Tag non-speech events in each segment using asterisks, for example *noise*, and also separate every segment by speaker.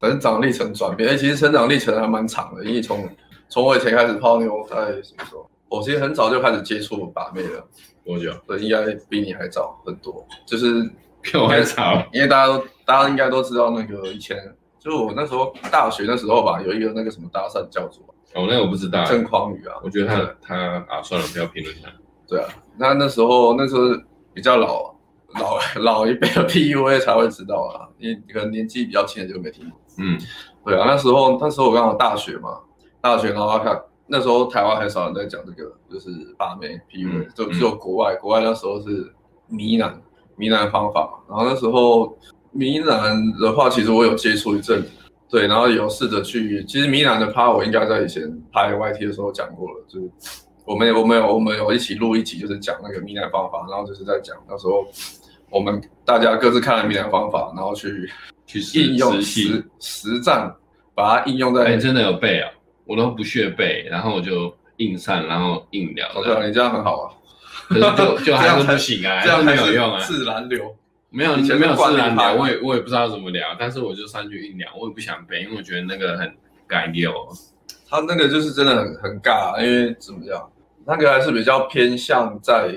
Speaker 1: 成长历程转变，哎、其实成长历程还蛮长的，因为从从我以前开始泡妞，在什么时候？我其实很早就开始接触把妹了，
Speaker 2: 多久？ *laughs*
Speaker 1: 所以应该比你还早很多。就是
Speaker 2: 比我还早。
Speaker 1: 因为大家都大家应该都知道那个以前，就是我那时候大学那时候吧，有一个那个什么搭讪教主啊，
Speaker 2: 哦，那我不知道。
Speaker 1: 郑匡宇啊，
Speaker 2: 我觉得他他啊，算了，不要评论他。
Speaker 1: 对啊，那那时候那时候比较老老老一辈的 PUA 才会知道啊，你可能年纪比较轻的就没听过。
Speaker 2: 嗯，
Speaker 1: 对啊，那时候那时候我刚好大学嘛，大学然后看那时候台湾很少人在讲这个，就是把妹 PUA，、
Speaker 2: 嗯
Speaker 1: 就
Speaker 2: 嗯
Speaker 1: 只有国外，国外那时候是迷男迷男方法嘛，然后那时候迷男的话，其实我有接触一阵子，对，然后有试着去，其实迷男的趴我应该在以前拍 YT 的时候讲过了，就是。我们有我们有我们有一起录一集，就是讲那个迷男方法，然后就是在讲那时候我们大家各自看了迷男方法，然后去
Speaker 2: 去实
Speaker 1: 应用
Speaker 2: 实习
Speaker 1: 实。实战，把它应用
Speaker 2: 哎，
Speaker 1: 在。
Speaker 2: 真的有背啊，我都不屑背，然后我就硬上，然后硬聊
Speaker 1: 我知
Speaker 2: 的。
Speaker 1: 道你这样很好啊，
Speaker 2: 可是
Speaker 1: *laughs*
Speaker 2: 就就还
Speaker 1: 这样
Speaker 2: 是
Speaker 1: 才
Speaker 2: 不行啊，
Speaker 1: 这样
Speaker 2: 还
Speaker 1: 才
Speaker 2: 是没
Speaker 1: 是
Speaker 2: 有用啊。
Speaker 1: 自然流。
Speaker 2: 没有
Speaker 1: 以前
Speaker 2: 没有
Speaker 1: 是惯
Speaker 2: 自
Speaker 1: 例
Speaker 2: 然
Speaker 1: 派
Speaker 2: 聊，我也我也不知道怎么聊，但是我就上去硬聊，我也不想背，因为我觉得那个很啊尬聊。
Speaker 1: 他那个就是真的很很尬，啊因为怎么样，那个还是比较偏向在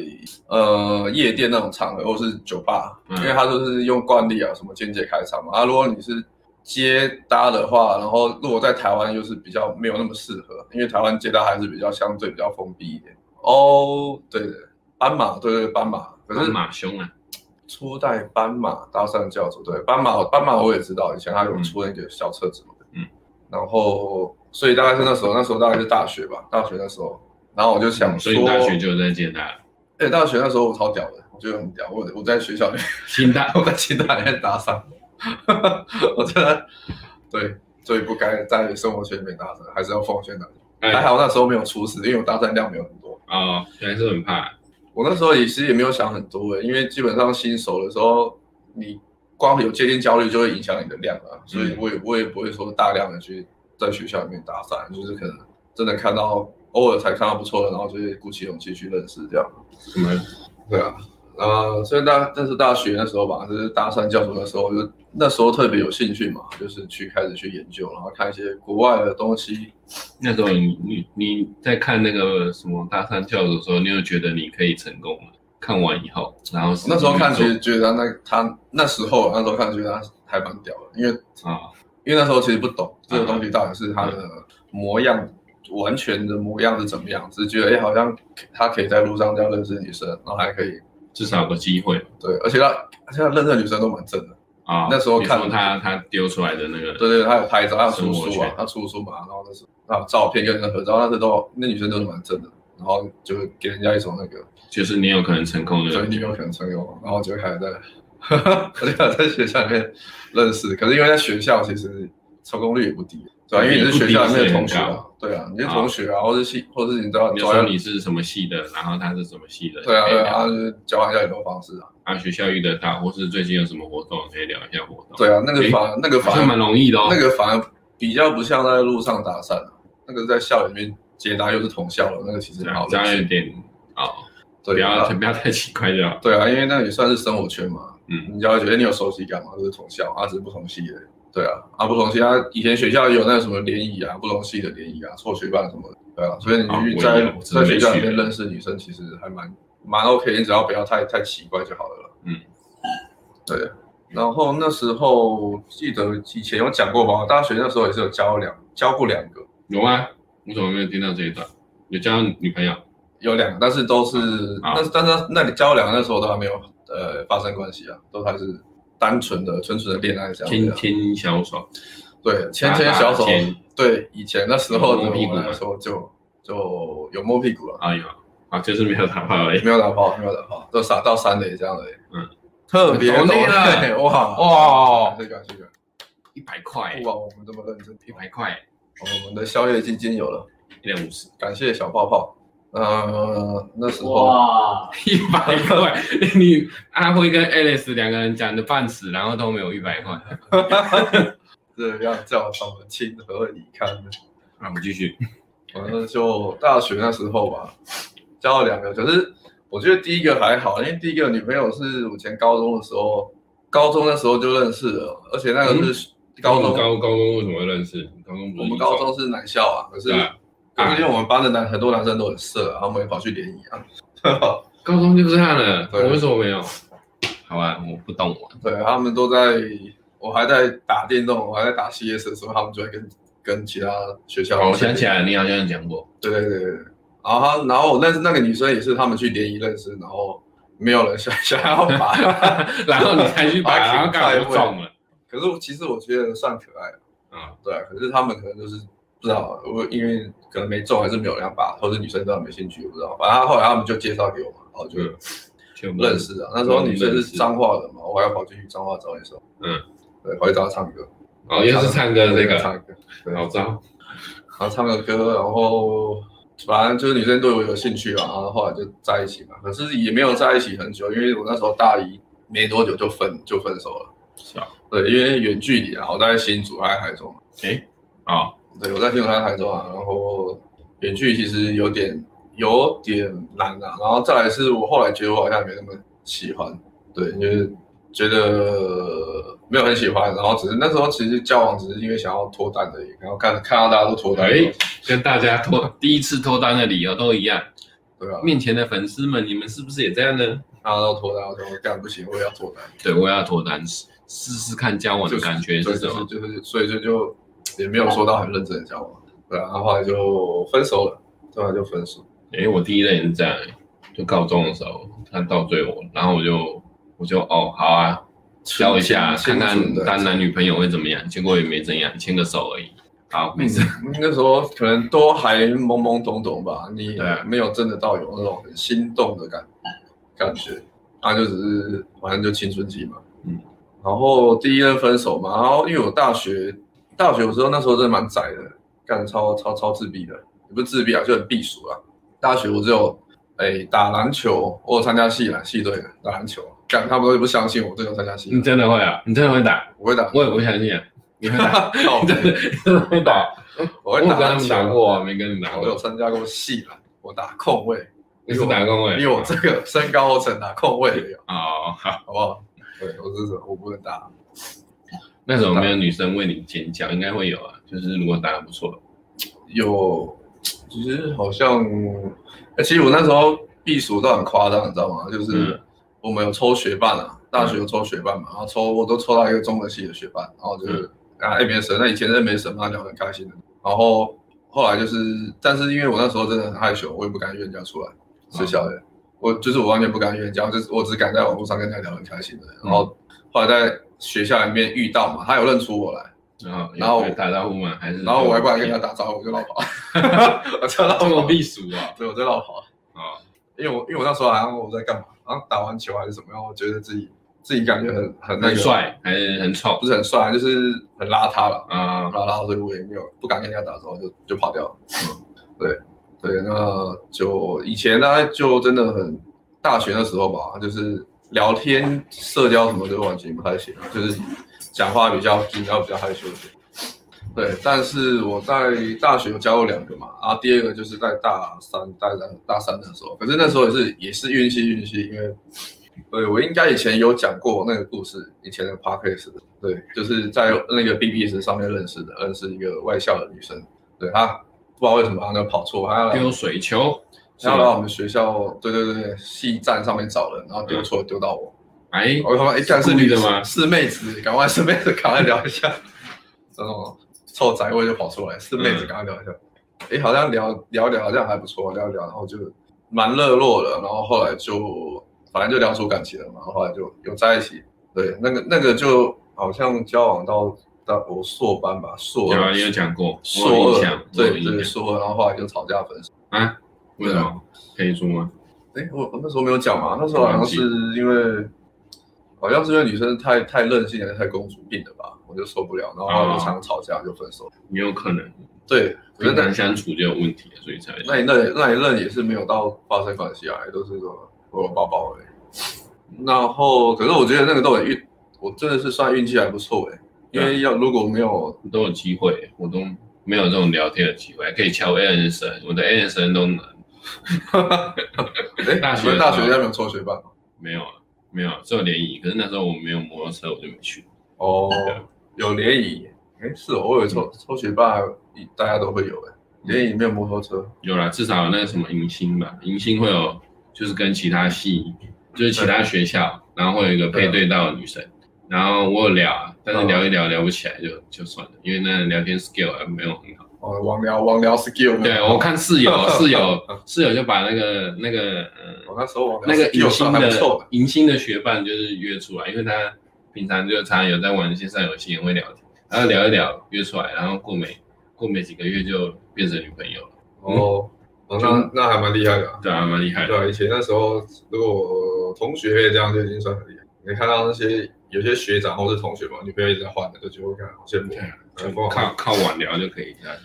Speaker 1: 呃夜店那种场合或是酒吧，
Speaker 2: 嗯
Speaker 1: 因为他都是用惯例啊，什么间接开场嘛。啊，如果你是接搭的话，然后如果在台湾又是比较没有那么适合，因为台湾接搭还是比较相对比较封闭一点。哦，对对，斑马，对对斑马，可是
Speaker 2: 马兄啊，
Speaker 1: 初代斑马搭讪教主，对斑马，斑马我也知道，以前他有出那个小册子嘛，
Speaker 2: 嗯，
Speaker 1: 然后所以大概是那时候，那时候大概是大学吧，大学那时候，然后我就想说，
Speaker 2: 嗯所以你大学就有在接他了，
Speaker 1: 哎、大学那时候我超屌的，我觉得很屌，我我在学校里面， *laughs*
Speaker 2: 清大
Speaker 1: 我在清大里面搭讪， *laughs* 我真的对，所以不该在生活圈里面搭讪，还是要奉劝大家，还
Speaker 2: 哎
Speaker 1: 好那时候没有出事，因为我搭讪量没有很多，
Speaker 2: 哦，还是很怕。
Speaker 1: 我那时候也其实也没有想很多欸诶，因为基本上新手的时候，你光有接近焦虑就会影响你的量啊，所以我也我也不会说大量的去在学校里面搭讪，就是可能真的看到偶尔才看到不错的，然后就会鼓起勇气去认识这样。
Speaker 2: 什么？
Speaker 1: 对啊，呃，所以大那是大学那时候吧，就是大三教授那时候，就那时候特别有兴趣嘛，就是去开始去研究，然后看一些国外的东西，
Speaker 2: 那时候你你你在看那个什么大三教的时候，你有觉得你可以成功吗？看完以后，然后
Speaker 1: 那时候看其
Speaker 2: 去
Speaker 1: 实觉得他那他那时候那时候看觉得他还蛮屌的，因为
Speaker 2: 啊，
Speaker 1: 因为那时候其实不懂这个
Speaker 2: 嗯
Speaker 1: 东西到底是它的模样，完全的模样是怎么样，只是觉得哎、诶好像他可以在路上这样认识女生，然后还可以
Speaker 2: 至少有个机会
Speaker 1: 对，而且他而且他认识的女生都蛮正的，
Speaker 2: 啊。
Speaker 1: 那时候
Speaker 2: 你
Speaker 1: 看
Speaker 2: 说他他丢出来的那个，
Speaker 1: 对对，他有拍照，他有出
Speaker 2: 生活
Speaker 1: 书啊
Speaker 2: 圈，
Speaker 1: 他出书嘛，然后那时候那照片跟人合照，那时候那女生都是蛮正的，然后就会给人家一种那个
Speaker 2: 就是你有可能成功的
Speaker 1: 所以
Speaker 2: 人
Speaker 1: 你有可能成功，然后就开始在， *laughs* 我就想在学校里面认识。可是因为在学校其实成功率也不低，对吧、因为你是学校里面的同学
Speaker 2: 也不低
Speaker 1: 啊，对啊，你是同学啊，或是系，或是你知道
Speaker 2: 你
Speaker 1: 你
Speaker 2: 就
Speaker 1: 走
Speaker 2: 说
Speaker 1: 在
Speaker 2: 你是什么系的，然后他是什么系的，
Speaker 1: 对啊
Speaker 2: 可以
Speaker 1: 对
Speaker 2: 聊
Speaker 1: 啊，然后就是交换一下联络方式啊，
Speaker 2: 啊，学校遇得到，或是最近有什么活动可以聊一下活动。，
Speaker 1: 对啊，那个
Speaker 2: 诶
Speaker 1: 反而那个
Speaker 2: 好
Speaker 1: 反
Speaker 2: 像
Speaker 1: 而
Speaker 2: 蛮容易的哦。
Speaker 1: 那个反而比较不像在路上搭讪啊，那个在校里面接搭又是同校的，那个其实
Speaker 2: 这
Speaker 1: 很
Speaker 2: 样
Speaker 1: 好
Speaker 2: 这样
Speaker 1: 认
Speaker 2: 有
Speaker 1: 识，
Speaker 2: 点哦，不
Speaker 1: 对啊
Speaker 2: 要，不要太奇怪就好。
Speaker 1: 对啊，因为那也算是生活圈嘛，
Speaker 2: 嗯
Speaker 1: 你就会觉得你有熟悉感嘛，就是同校啊，只是不同系的，对啊，啊不同系，啊以前学校有那个什么联谊啊，不同系的联谊啊，错学办什么的，对啊，所以
Speaker 2: 啊
Speaker 1: 你去
Speaker 2: 我
Speaker 1: 在、
Speaker 2: 也有我真
Speaker 1: 在
Speaker 2: 的
Speaker 1: 学
Speaker 2: 没
Speaker 1: 校里
Speaker 2: 去啊
Speaker 1: 面认识女生，其实还蛮蛮 OK，你只要不要太太奇怪就好了啦，
Speaker 2: 嗯，
Speaker 1: 对。然后那时候记得以前有讲过吧，大学那时候也是有交两交过两个，
Speaker 2: 有吗？我怎么没有听到这一段？有交女朋友？
Speaker 1: 有两个，但是都是，
Speaker 2: 啊
Speaker 1: 但是但是那里交两个那时候都还没有呃发生关系啊，都还是单纯的纯纯的恋爱这样子
Speaker 2: 牵
Speaker 1: 啊。
Speaker 2: 牵小手，
Speaker 1: 对，牵牵小手
Speaker 2: 打打牵，
Speaker 1: 对，以前那时候
Speaker 2: 有摸
Speaker 1: 的
Speaker 2: 屁股
Speaker 1: 我
Speaker 2: 吗
Speaker 1: 来说就就有摸屁股了，
Speaker 2: 啊有啊，就是没有打炮而已。
Speaker 1: 没有打炮，没有打炮，都傻到三垒这样的。
Speaker 2: 嗯，
Speaker 1: 特别
Speaker 2: 很
Speaker 1: 懂
Speaker 2: 懂你啊
Speaker 1: *laughs* 嘿哇
Speaker 2: 哇
Speaker 1: 感谢感谢感
Speaker 2: 一百块
Speaker 1: 谢，不，管我们这么认真，
Speaker 2: 一百块，
Speaker 1: 我们的宵夜基金有了，
Speaker 2: 一两五十，
Speaker 1: 感谢小泡泡。呃，那时 *laughs* 候
Speaker 3: 哇，
Speaker 2: 一百块。 *laughs* 你阿辉跟 Alice 两个人讲的半死，然后都没有一百块。
Speaker 1: 这样叫他们情何以堪呢？
Speaker 2: 那我们继续。
Speaker 1: 反正就大学那时候吧，交了两个，可是我觉得第一个还好，因为第一
Speaker 2: 嗯
Speaker 1: 个女朋友是我以前高中的时候，高中那时候就认识了，而且那个是、高中
Speaker 2: 高高中为什么会认识？高中不是
Speaker 1: 我们
Speaker 2: 一种
Speaker 1: 高中是男校啊，可是
Speaker 2: 对啊
Speaker 1: 可是因为我们班的男很多男生都很色啊，他们也跑去联谊啊， *laughs*
Speaker 2: 高中就是他了，
Speaker 1: 对
Speaker 2: 我为什么没有？好吧，我不懂啊玩。
Speaker 1: 对，啊他们都在我还在打电动，我还在打 CS 的时候，他们就会跟跟其他学校，
Speaker 2: 哦我想起来，你好像讲过， *laughs*
Speaker 1: 对对对对，对然后他，然后我认识那个女生也是他们去联谊认识，然后没有人想想要
Speaker 2: *laughs*
Speaker 1: 把，
Speaker 2: 然后你才去
Speaker 1: *laughs*
Speaker 2: 把，
Speaker 1: 把它
Speaker 2: 然后刚好就
Speaker 1: 砍开
Speaker 2: 中了。
Speaker 1: 可是我其实我觉得算可爱的，
Speaker 2: 啊，
Speaker 1: 对啊，可是他们可能就是不知道，我因为可能没中还是没有人把，或者女生对他没兴趣，我不知道，反正后来他们就介绍给我嘛，然后就
Speaker 2: 嗯全部
Speaker 1: 认。识啊。那时候女生是彰化人嘛，我还要跑去彰化找女生，
Speaker 2: 嗯，
Speaker 1: 对，跑去找她唱歌，
Speaker 2: 哦，又是唱歌这个，
Speaker 1: 唱歌，对
Speaker 2: 好糟。
Speaker 1: 然后唱个歌，然后反正就是女生对我有兴趣啊，然后后来就在一起嘛。可是也没有在一起很久，因为我那时候大一没多久就分就分手了。
Speaker 2: 是啊，
Speaker 1: 对，因为远距离啊，我在新竹，她在台中嘛。
Speaker 2: 哎，啊，
Speaker 1: 对，我在新竹，她在台中啊。然后远距离其实有点有点难啊。然后再来是我后来觉得我好像没那么喜欢，对，就是觉得没有很喜欢。然后只是那时候其实交往只是因为想要脱单而已，然后看看到大家都脱单了，
Speaker 2: 哎，跟大家脱第一次脱单的理由都一样。
Speaker 1: 对啊。
Speaker 2: 面前的粉丝们，你们是不是也这样呢？
Speaker 1: 然后到脱单，我说干不行，我也要脱单。
Speaker 2: 对，我要脱单，试试试看交往的感觉
Speaker 1: 就是是
Speaker 2: 什
Speaker 1: 就是
Speaker 2: 么？
Speaker 1: 就是，所以就就也没有说到很认真的交往，对啊，然后后来就分手了，对啊，就分手。
Speaker 2: 哎，我第一任也是这样，就高中的时候，他倒追我，然后我就我就哦，好啊，交一下，看
Speaker 1: 清
Speaker 2: 看
Speaker 1: 纯的
Speaker 2: 当男女朋友会怎么样。结果也没怎样，牵个手而已。好，没事。
Speaker 1: 嗯 *laughs* 那时候可能都还懵懵懂懂吧，你
Speaker 2: 对啊
Speaker 1: 没有真的到有那种很心动的感感觉，啊，就只是反正就青春期嘛，
Speaker 2: 嗯
Speaker 1: 嗯，然后第一任分手嘛，然后因为我大学大学我时候那时候真的蛮宅的，干超超超自闭的，也不是自闭啊，就很避暑啊。大学我只有哎、打篮球，我有参加系篮系队的打篮球，干他们都不相信我这个参加系
Speaker 2: 你
Speaker 1: 篮，
Speaker 2: 真的会啊？你真的会打？
Speaker 1: 我会打，
Speaker 2: 我也不相信啊。你会
Speaker 1: *laughs*
Speaker 2: 打？
Speaker 1: 靠
Speaker 2: 你真的
Speaker 1: 背
Speaker 2: 你真的会打？
Speaker 1: 我
Speaker 2: 我
Speaker 1: 会
Speaker 2: 有
Speaker 1: 打
Speaker 2: 跟他
Speaker 1: 篮
Speaker 2: 们
Speaker 1: 球
Speaker 2: 打过啊，没跟你打
Speaker 1: 我有
Speaker 2: 过。
Speaker 1: 参加过系篮，我打控卫，
Speaker 2: 你是打工位？
Speaker 1: 因为我这个身高我只能打控卫而已，
Speaker 2: 哦，好，
Speaker 1: 好不好？对，我这是我不能打，
Speaker 2: 那时候没有女生为你尖叫，应该会有啊。就是如果打得不错，
Speaker 1: 有，其实好像，欸其实我那时候避暑到很夸张，你知道吗？就是
Speaker 2: 嗯
Speaker 1: 我们有抽学伴啊，大学有抽学伴嘛，然后抽我都抽到一个中文系的学伴，然后就是啊 MSN，那以前是 MSN 嘛，聊得很开心的，然后后来就是，但是因为我那时候真的很害羞，我也不敢约人家出来，是小的，我就是我完全不敢约人家，我就是我只敢在网络上跟人家聊得很开心的，然后后来在学校里面遇到嘛，他有认出我来。
Speaker 2: 然后
Speaker 1: 然后我
Speaker 2: 有打招呼吗？还是
Speaker 1: 然后我还不敢跟他打招呼，我就绕跑， *laughs* 我就绕
Speaker 2: 这么
Speaker 1: 跑，
Speaker 2: 避暑啊？
Speaker 1: 对，我就绕跑，
Speaker 2: 啊，
Speaker 1: 因为我因为我那时候好像我在干嘛，然后打完球还是怎么样，我觉得自己自己感觉很很那
Speaker 2: 很
Speaker 1: 个，
Speaker 2: 帅还是很丑
Speaker 1: 不是很帅，就是很邋遢了，
Speaker 2: 啊？
Speaker 1: 邋遢，所以我也没有不敢跟人家打招呼，就就跑掉了。嗯，对对，那就以前呢就真的很大学的时候吧，就是聊天、社交什么都完全不太行，啊就是讲话比较比较比较害羞一点。对，但是我在大学有交过两个嘛，然后第二个就是在大三、大三、大三的时候，可是那时候也是也是运气运气，因为对呃我应该以前有讲过那个故事，以前的 podcast 的，对，就是在那个 BBS 上面认识的，认识一个外校的女生，对她不知道为什么她就跑错，她要来
Speaker 2: 丢水球，
Speaker 1: 她要来我们学校，对对对，系站上面找人，然后丢错丢到我，
Speaker 2: 哎，
Speaker 1: 我他妈一看是
Speaker 2: 故意
Speaker 1: 女
Speaker 2: 的吗
Speaker 1: 是妹子，赶快是妹子，赶快聊一
Speaker 2: *laughs*
Speaker 1: 下，这种臭宅味就跑出来，是妹子，
Speaker 2: 嗯
Speaker 1: 赶快聊一下，哎、好像聊聊聊好像还不错，啊聊聊，然后就蛮热络的，然后后来就反正就聊出感情了嘛，然后后来就有在一起，对，那个那个就好像交往到到我硕班吧，硕
Speaker 2: 有
Speaker 1: 二
Speaker 2: 啊，你有讲过，我有
Speaker 1: 硕
Speaker 2: 印
Speaker 1: 二
Speaker 2: 象，，我有
Speaker 1: 哦对
Speaker 2: 印
Speaker 1: 对
Speaker 2: 象
Speaker 1: 硕二，然后后来就吵架分手。
Speaker 2: 啊？为什么？可以说吗？
Speaker 1: 哎，我我那时候没有讲嘛，那时候好像是因为，好像是因为女生太太任性了，太公主病了吧，我就受不了，然后
Speaker 2: 哦
Speaker 1: 我就常常吵架就分手。
Speaker 2: 也有可能
Speaker 1: 对，可是
Speaker 2: 跟
Speaker 1: 那
Speaker 2: 难相处就有问题了，啊所以才
Speaker 1: 那一任那一任也是没有到发生关系啊，也都是说我有抱抱而已。然后，可是我觉得那个都很运，我真的是算运气还不错哎、因为
Speaker 2: 啊
Speaker 1: 要如果没有
Speaker 2: 都有机会，我都没有这种聊天的机会，还可以敲 A N 神，我的 A N 神都难，
Speaker 1: 哎，
Speaker 2: 大学
Speaker 1: 你们大学
Speaker 2: 的时候
Speaker 1: 应该没有抽学伴
Speaker 2: *laughs*
Speaker 1: 吧
Speaker 2: 没有啊，没有啊，只有联谊。可是那时候我没有摩托车，我就没去。
Speaker 1: 哦，有联谊，哎，是哦，我有
Speaker 2: 嗯
Speaker 1: 抽抽学霸，大家都会有哎。联谊没有摩托车，
Speaker 2: 有啦，至少有那个什么迎新吧，迎新会有，就是跟其他系，就是其他学校，然后会有一个配对到的女生，然后我有聊啊，但是
Speaker 1: 嗯
Speaker 2: 聊一聊聊不起来就就算了，因为那聊天 skill 还没有很好。
Speaker 1: 哦，网聊网聊 skill，
Speaker 2: 对我看室友
Speaker 1: *laughs*
Speaker 2: 室友室友就把那个那个
Speaker 1: 我哦
Speaker 2: 呃
Speaker 1: 那时候网聊
Speaker 2: 那个迎
Speaker 1: skill
Speaker 2: 新
Speaker 1: 算还不错
Speaker 2: 的，迎新的学伴就是约出来，因为他平常就常常有在玩一些上游戏，也会聊天，然后聊一聊约出来，然后过没过没几个月就变成女朋友了，
Speaker 1: 哦，哦那那还蛮厉害的啊。
Speaker 2: 对啊，蛮厉害的。
Speaker 1: 对啊，以前那时候，如果同学可以这样，就已经算很厉害。你看到那些有些学长或是同学嘛，女朋友一直在换的，就觉得我看好羡慕
Speaker 2: 对啊。
Speaker 1: 很疯狂
Speaker 2: 靠靠晚聊就可以
Speaker 1: *laughs*
Speaker 2: 这样，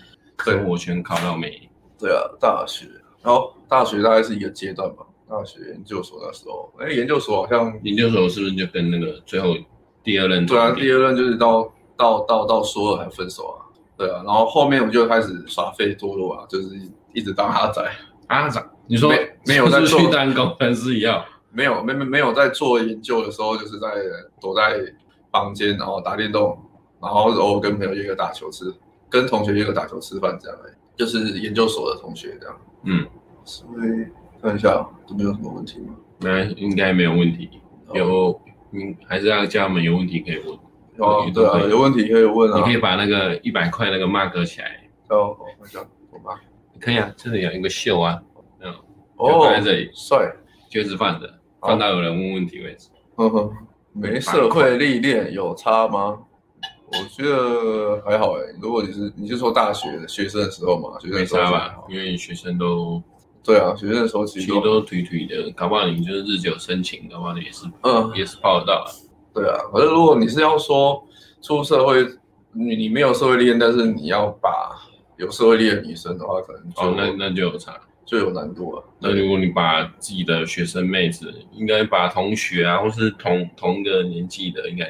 Speaker 2: 生活圈靠到美。
Speaker 1: 对啊，大学，然后大学大概是一个阶段吧。大学研究所那时候，哎，研究所好像
Speaker 2: 研究所是不是就跟那个最后第二任
Speaker 1: 对啊，第
Speaker 2: 二
Speaker 1: 二任就是到到到到说了才分手啊。对啊，然后后面我就开始耍废堕落啊，就是一直当阿仔，啊
Speaker 2: 阿长，你说
Speaker 1: 没没有在
Speaker 2: 是
Speaker 1: 做
Speaker 2: 去当工程师一样，
Speaker 1: 没有没没没有在做研究的时候，就是在躲在房间，然后打电动，然后偶尔跟朋友约个打球吃，跟同学约个打球吃饭这样而已，就是研究所的同学这样。
Speaker 2: 嗯，
Speaker 1: 所以看一下，这边有什么问题吗？
Speaker 2: 那应该没有问题。
Speaker 1: 哦
Speaker 2: 有，嗯，还是要叫他们有问题可以问。
Speaker 1: 有啊，对啊，有问题可以问
Speaker 2: 你
Speaker 1: 啊
Speaker 2: 可。以把那个一百块那个 mark 起来，
Speaker 1: 哦，我看一下，我妈。
Speaker 2: 可以啊，这里有一个秀啊，就
Speaker 1: 哦
Speaker 2: 放，在这里，
Speaker 1: 帅，
Speaker 2: 就是放着，
Speaker 1: 好
Speaker 2: 放到有人问问题为止。
Speaker 1: 呵呵，嗯没社会历练有差吗？我觉得还好哎、如果你是你是说大学的学生的时候嘛，学生
Speaker 2: 没
Speaker 1: 的时候
Speaker 2: 差
Speaker 1: 就还
Speaker 2: 吧
Speaker 1: 好，
Speaker 2: 因为学生都
Speaker 1: 对啊，学生的时候其实
Speaker 2: 其实
Speaker 1: 都
Speaker 2: 都腿腿的，搞不好你就是日久生情，搞不好你也是
Speaker 1: 嗯，
Speaker 2: 也是报道啊。
Speaker 1: 对啊，可是如果你是要说出社会，你你没有社会历练，但是你要把有社会历练的女生的话，可能就、
Speaker 2: 哦，那那就有差。
Speaker 1: 就有难度了。
Speaker 2: 那如果你把自己的学生妹子，应该把同学啊，或是同同一个年纪的，应该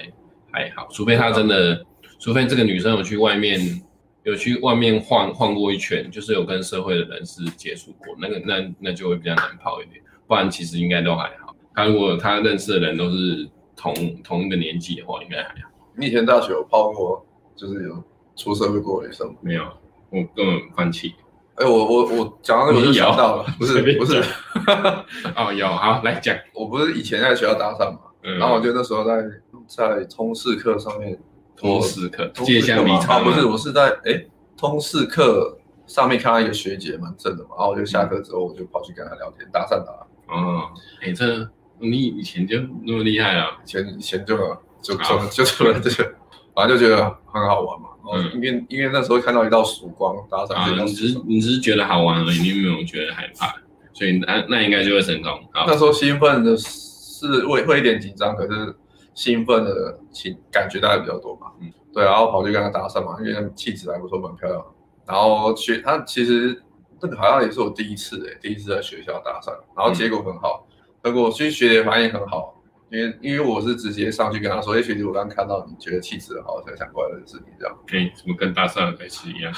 Speaker 2: 还好，除非她真的，除非这个女生有去外面，有去外面晃晃过一圈，就是有跟社会的人士接触过，那个那那就会比较难跑一点。不然其实应该都还好。她如果她认识的人都是同同一个年纪的话，应该还好。
Speaker 1: 你以前大学有泡过，就是有出社会过的女生吗？
Speaker 2: 没有，我根本放弃。
Speaker 1: 哎，我我我讲到那个我就
Speaker 2: 你有
Speaker 1: 想到
Speaker 2: *laughs*
Speaker 1: 了，不是
Speaker 2: 随便
Speaker 1: 不是，
Speaker 2: 哦，有好来讲，
Speaker 1: *laughs* 我不是以前在学校搭讪嘛，
Speaker 2: 嗯，
Speaker 1: 然后我就那时候在在通识课上面，
Speaker 2: 通识课，
Speaker 1: 通
Speaker 2: 借
Speaker 1: 识课
Speaker 2: 香
Speaker 1: 嘛
Speaker 2: 米茶
Speaker 1: 啊不是，我是在哎通识课上面看到一个学姐蛮正的嘛，然后我就下课之后我就跑去跟她聊天搭讪她。
Speaker 2: 哦，哎、这你以前就那么厉害啊？
Speaker 1: 以前以前就就
Speaker 2: 好
Speaker 1: 就就出来这个，反正就觉得很好玩嘛。然后
Speaker 2: 嗯
Speaker 1: 因为因为那时候看到一道曙光，搭
Speaker 2: 啊
Speaker 1: 上这，道
Speaker 2: 你只
Speaker 1: 曙
Speaker 2: 是
Speaker 1: 光，
Speaker 2: 你只是觉得好玩而已，你没有觉得害怕，所以那那应该就会成功。好
Speaker 1: 那，时候兴奋的是会会有点紧张，可是兴奋的情感觉大概比较多吧。
Speaker 2: 嗯
Speaker 1: 嗯，对，然后跑去跟他搭讪嘛，因为她气质还不错，蛮漂亮的。然后学他其实那个好像也是我第一次诶、第一次在学校搭讪，然后结果很好，
Speaker 2: 嗯
Speaker 1: 结果其实学姐反应很好。因为因为我是直接上去跟她说，哎、学姐，我刚看到你觉得气质很好，才想过来认识你这样。
Speaker 2: 哎、怎么跟大上海是一样？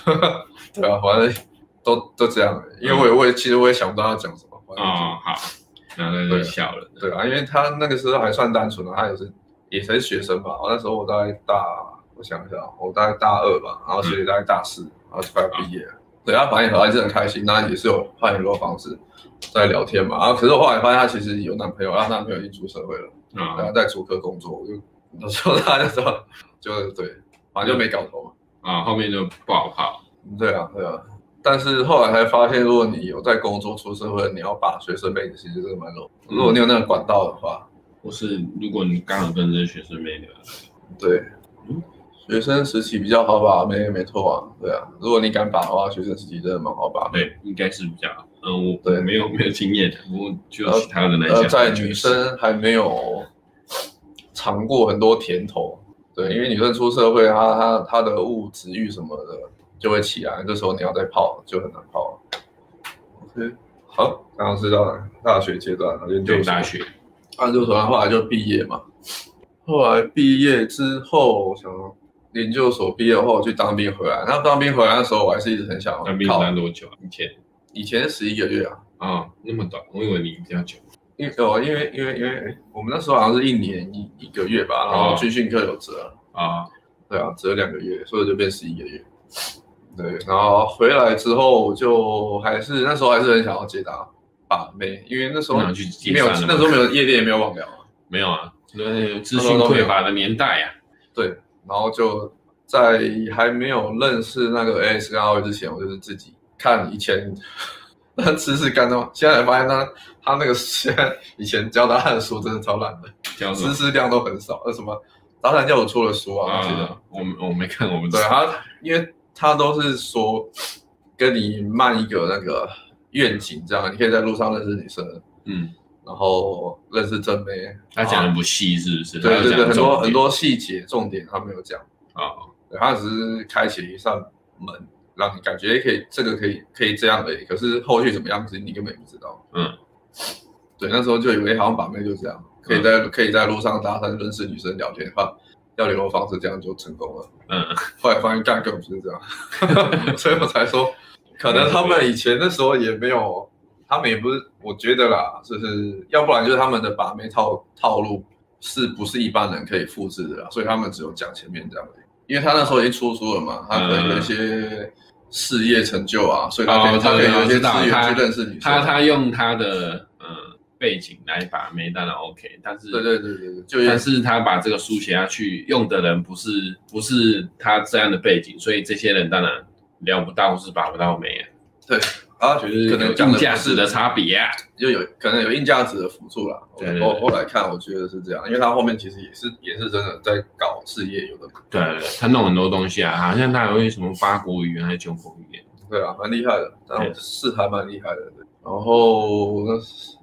Speaker 1: 对啊，反正都都这样，因为我也我也其实我也想不到要讲什么，反正就、
Speaker 2: 哦，好，然后他就笑了。
Speaker 1: 对啊，因为他那个时候还算单纯啊，他也是也才是学生吧，我那时候我大概大，我想一下，啊我大概大二吧，然后学姐大概大四，然后就快要毕业了。对，他反应还是很开心，那也是有换很多方式在聊天嘛。然后可是我后来发现他其实有男朋友，然后她男朋友已经出社会了，
Speaker 2: 啊、
Speaker 1: 然后在竹科工作，我就那时候他那时候就对，反正就没搞头嘛。
Speaker 2: 啊、后面就不好跑。
Speaker 1: 对啊，对啊。但是后来才发现，如果你有在工作出社会，你要把学生妹子其实真的蛮容易。
Speaker 2: 嗯
Speaker 1: 如果你有那个管道的话，
Speaker 2: 我是如果你刚好跟这些学生妹聊，
Speaker 1: 对
Speaker 2: 嗯，
Speaker 1: 学生时期比较好把妹，没错啊，对啊。如果你敢把的话，学生时期真的蛮好把妹。
Speaker 2: 对，应该是比较好。嗯、我
Speaker 1: 对
Speaker 2: 没有没有经验，不过就其他的来讲，
Speaker 1: 呃，在女生还没有尝过很多甜头，对，因为女生出社会，她她她的物质欲什么的就会起来，这时候你要再泡就很难泡了。OK，好，刚刚知道了大学阶段，研究
Speaker 2: 对
Speaker 1: 所
Speaker 2: 大学，
Speaker 1: 研究所后来就毕业嘛，后来毕业之后，我想要研究所毕业后去当兵回来。那当兵回来的时候，我还是一直很想要
Speaker 2: 当兵
Speaker 1: 考
Speaker 2: 当多久啊？以前
Speaker 1: 以前十一个月啊，
Speaker 2: 啊、那么短，我以为你比较久。
Speaker 1: 因为哦，因为
Speaker 2: 哦
Speaker 1: 因为因为我们那时候好像是一年一一个月吧，然后军训课有折，
Speaker 2: 啊、
Speaker 1: 对对啊，只有两个月，所以就变十一个月。对，然后回来之后就还是那时候还是很想要接打把妹，因为那时候
Speaker 2: 那去接
Speaker 1: 没有
Speaker 2: 杀了
Speaker 1: 那时候没有夜店也没有网聊啊，
Speaker 2: 没有啊，那资讯匮乏的年代啊，
Speaker 1: 对，然后就在还没有认识那个 S 跟 R 之前，我就是自己看以前 *laughs* 那知识干的，现在才发现他他那个现在以前教大家的书真的超烂的，
Speaker 2: 叫什
Speaker 1: 知
Speaker 2: 么
Speaker 1: 识量都很少，呃那什么达兰教我出的书啊那些的，
Speaker 2: 啊？我们我没看，我们
Speaker 1: 对他，因为他都是说跟你漫一个那个愿景，这样你可以在路上认识女生，
Speaker 2: 嗯，
Speaker 1: 然后认识真妹，啊
Speaker 2: 他讲的不细是不是？
Speaker 1: 对对对，很多很
Speaker 2: 多
Speaker 1: 多细节重点他没有讲。
Speaker 2: 啊，
Speaker 1: 对，它只是开启一扇门，让你感觉可以这个可以可以这样而已。可是后续怎么样子，你根本也不知道。
Speaker 2: 嗯，
Speaker 1: 对，那时候就以为好像把妹就这样，可以在、可以在路上搭讪认识女生聊天，哈，要联络方式这样就成功了。 *laughs*
Speaker 2: 嗯，
Speaker 1: 后来发现干根本不是这样， *laughs* 所以我才说，可能他们以前那时候也没有，他们也不是，我觉得啦，就是要不然就是他们的把妹套套路是不是一般人可以复制的啦，所以他们只有讲前面这样而已。因为他那时候已经出书了嘛，他可能有一些事业成就啊，所以他可以、
Speaker 2: 哦
Speaker 1: 他可以有一些
Speaker 2: 知道
Speaker 1: 资
Speaker 2: 他
Speaker 1: 源去认识女生。
Speaker 2: 他他用他的呃背景来把妹，当然 OK，但是
Speaker 1: 对对对对对，就有
Speaker 2: 但是他把这个书写下去，用的人不是不是他这样的背景，所以这些人当然聊不到或是把不到妹啊，
Speaker 1: 啊，
Speaker 2: 就
Speaker 1: 觉
Speaker 2: 是
Speaker 1: 得可能
Speaker 2: 有
Speaker 1: 讲
Speaker 2: 硬
Speaker 1: 的
Speaker 2: 价
Speaker 1: 不
Speaker 2: 值
Speaker 1: 是
Speaker 2: 的差别啊。
Speaker 1: 就有可能有硬价值的辅助啦。我
Speaker 2: 对对对
Speaker 1: 我后来看，我觉得是这样，因为他后面其实也是也是真的在搞事业，有的
Speaker 2: 对，他弄很多东西啊，好像他还会什么八国语言还是九国语言，
Speaker 1: 对啊，蛮厉害的，然后是还蛮厉害的。对然后那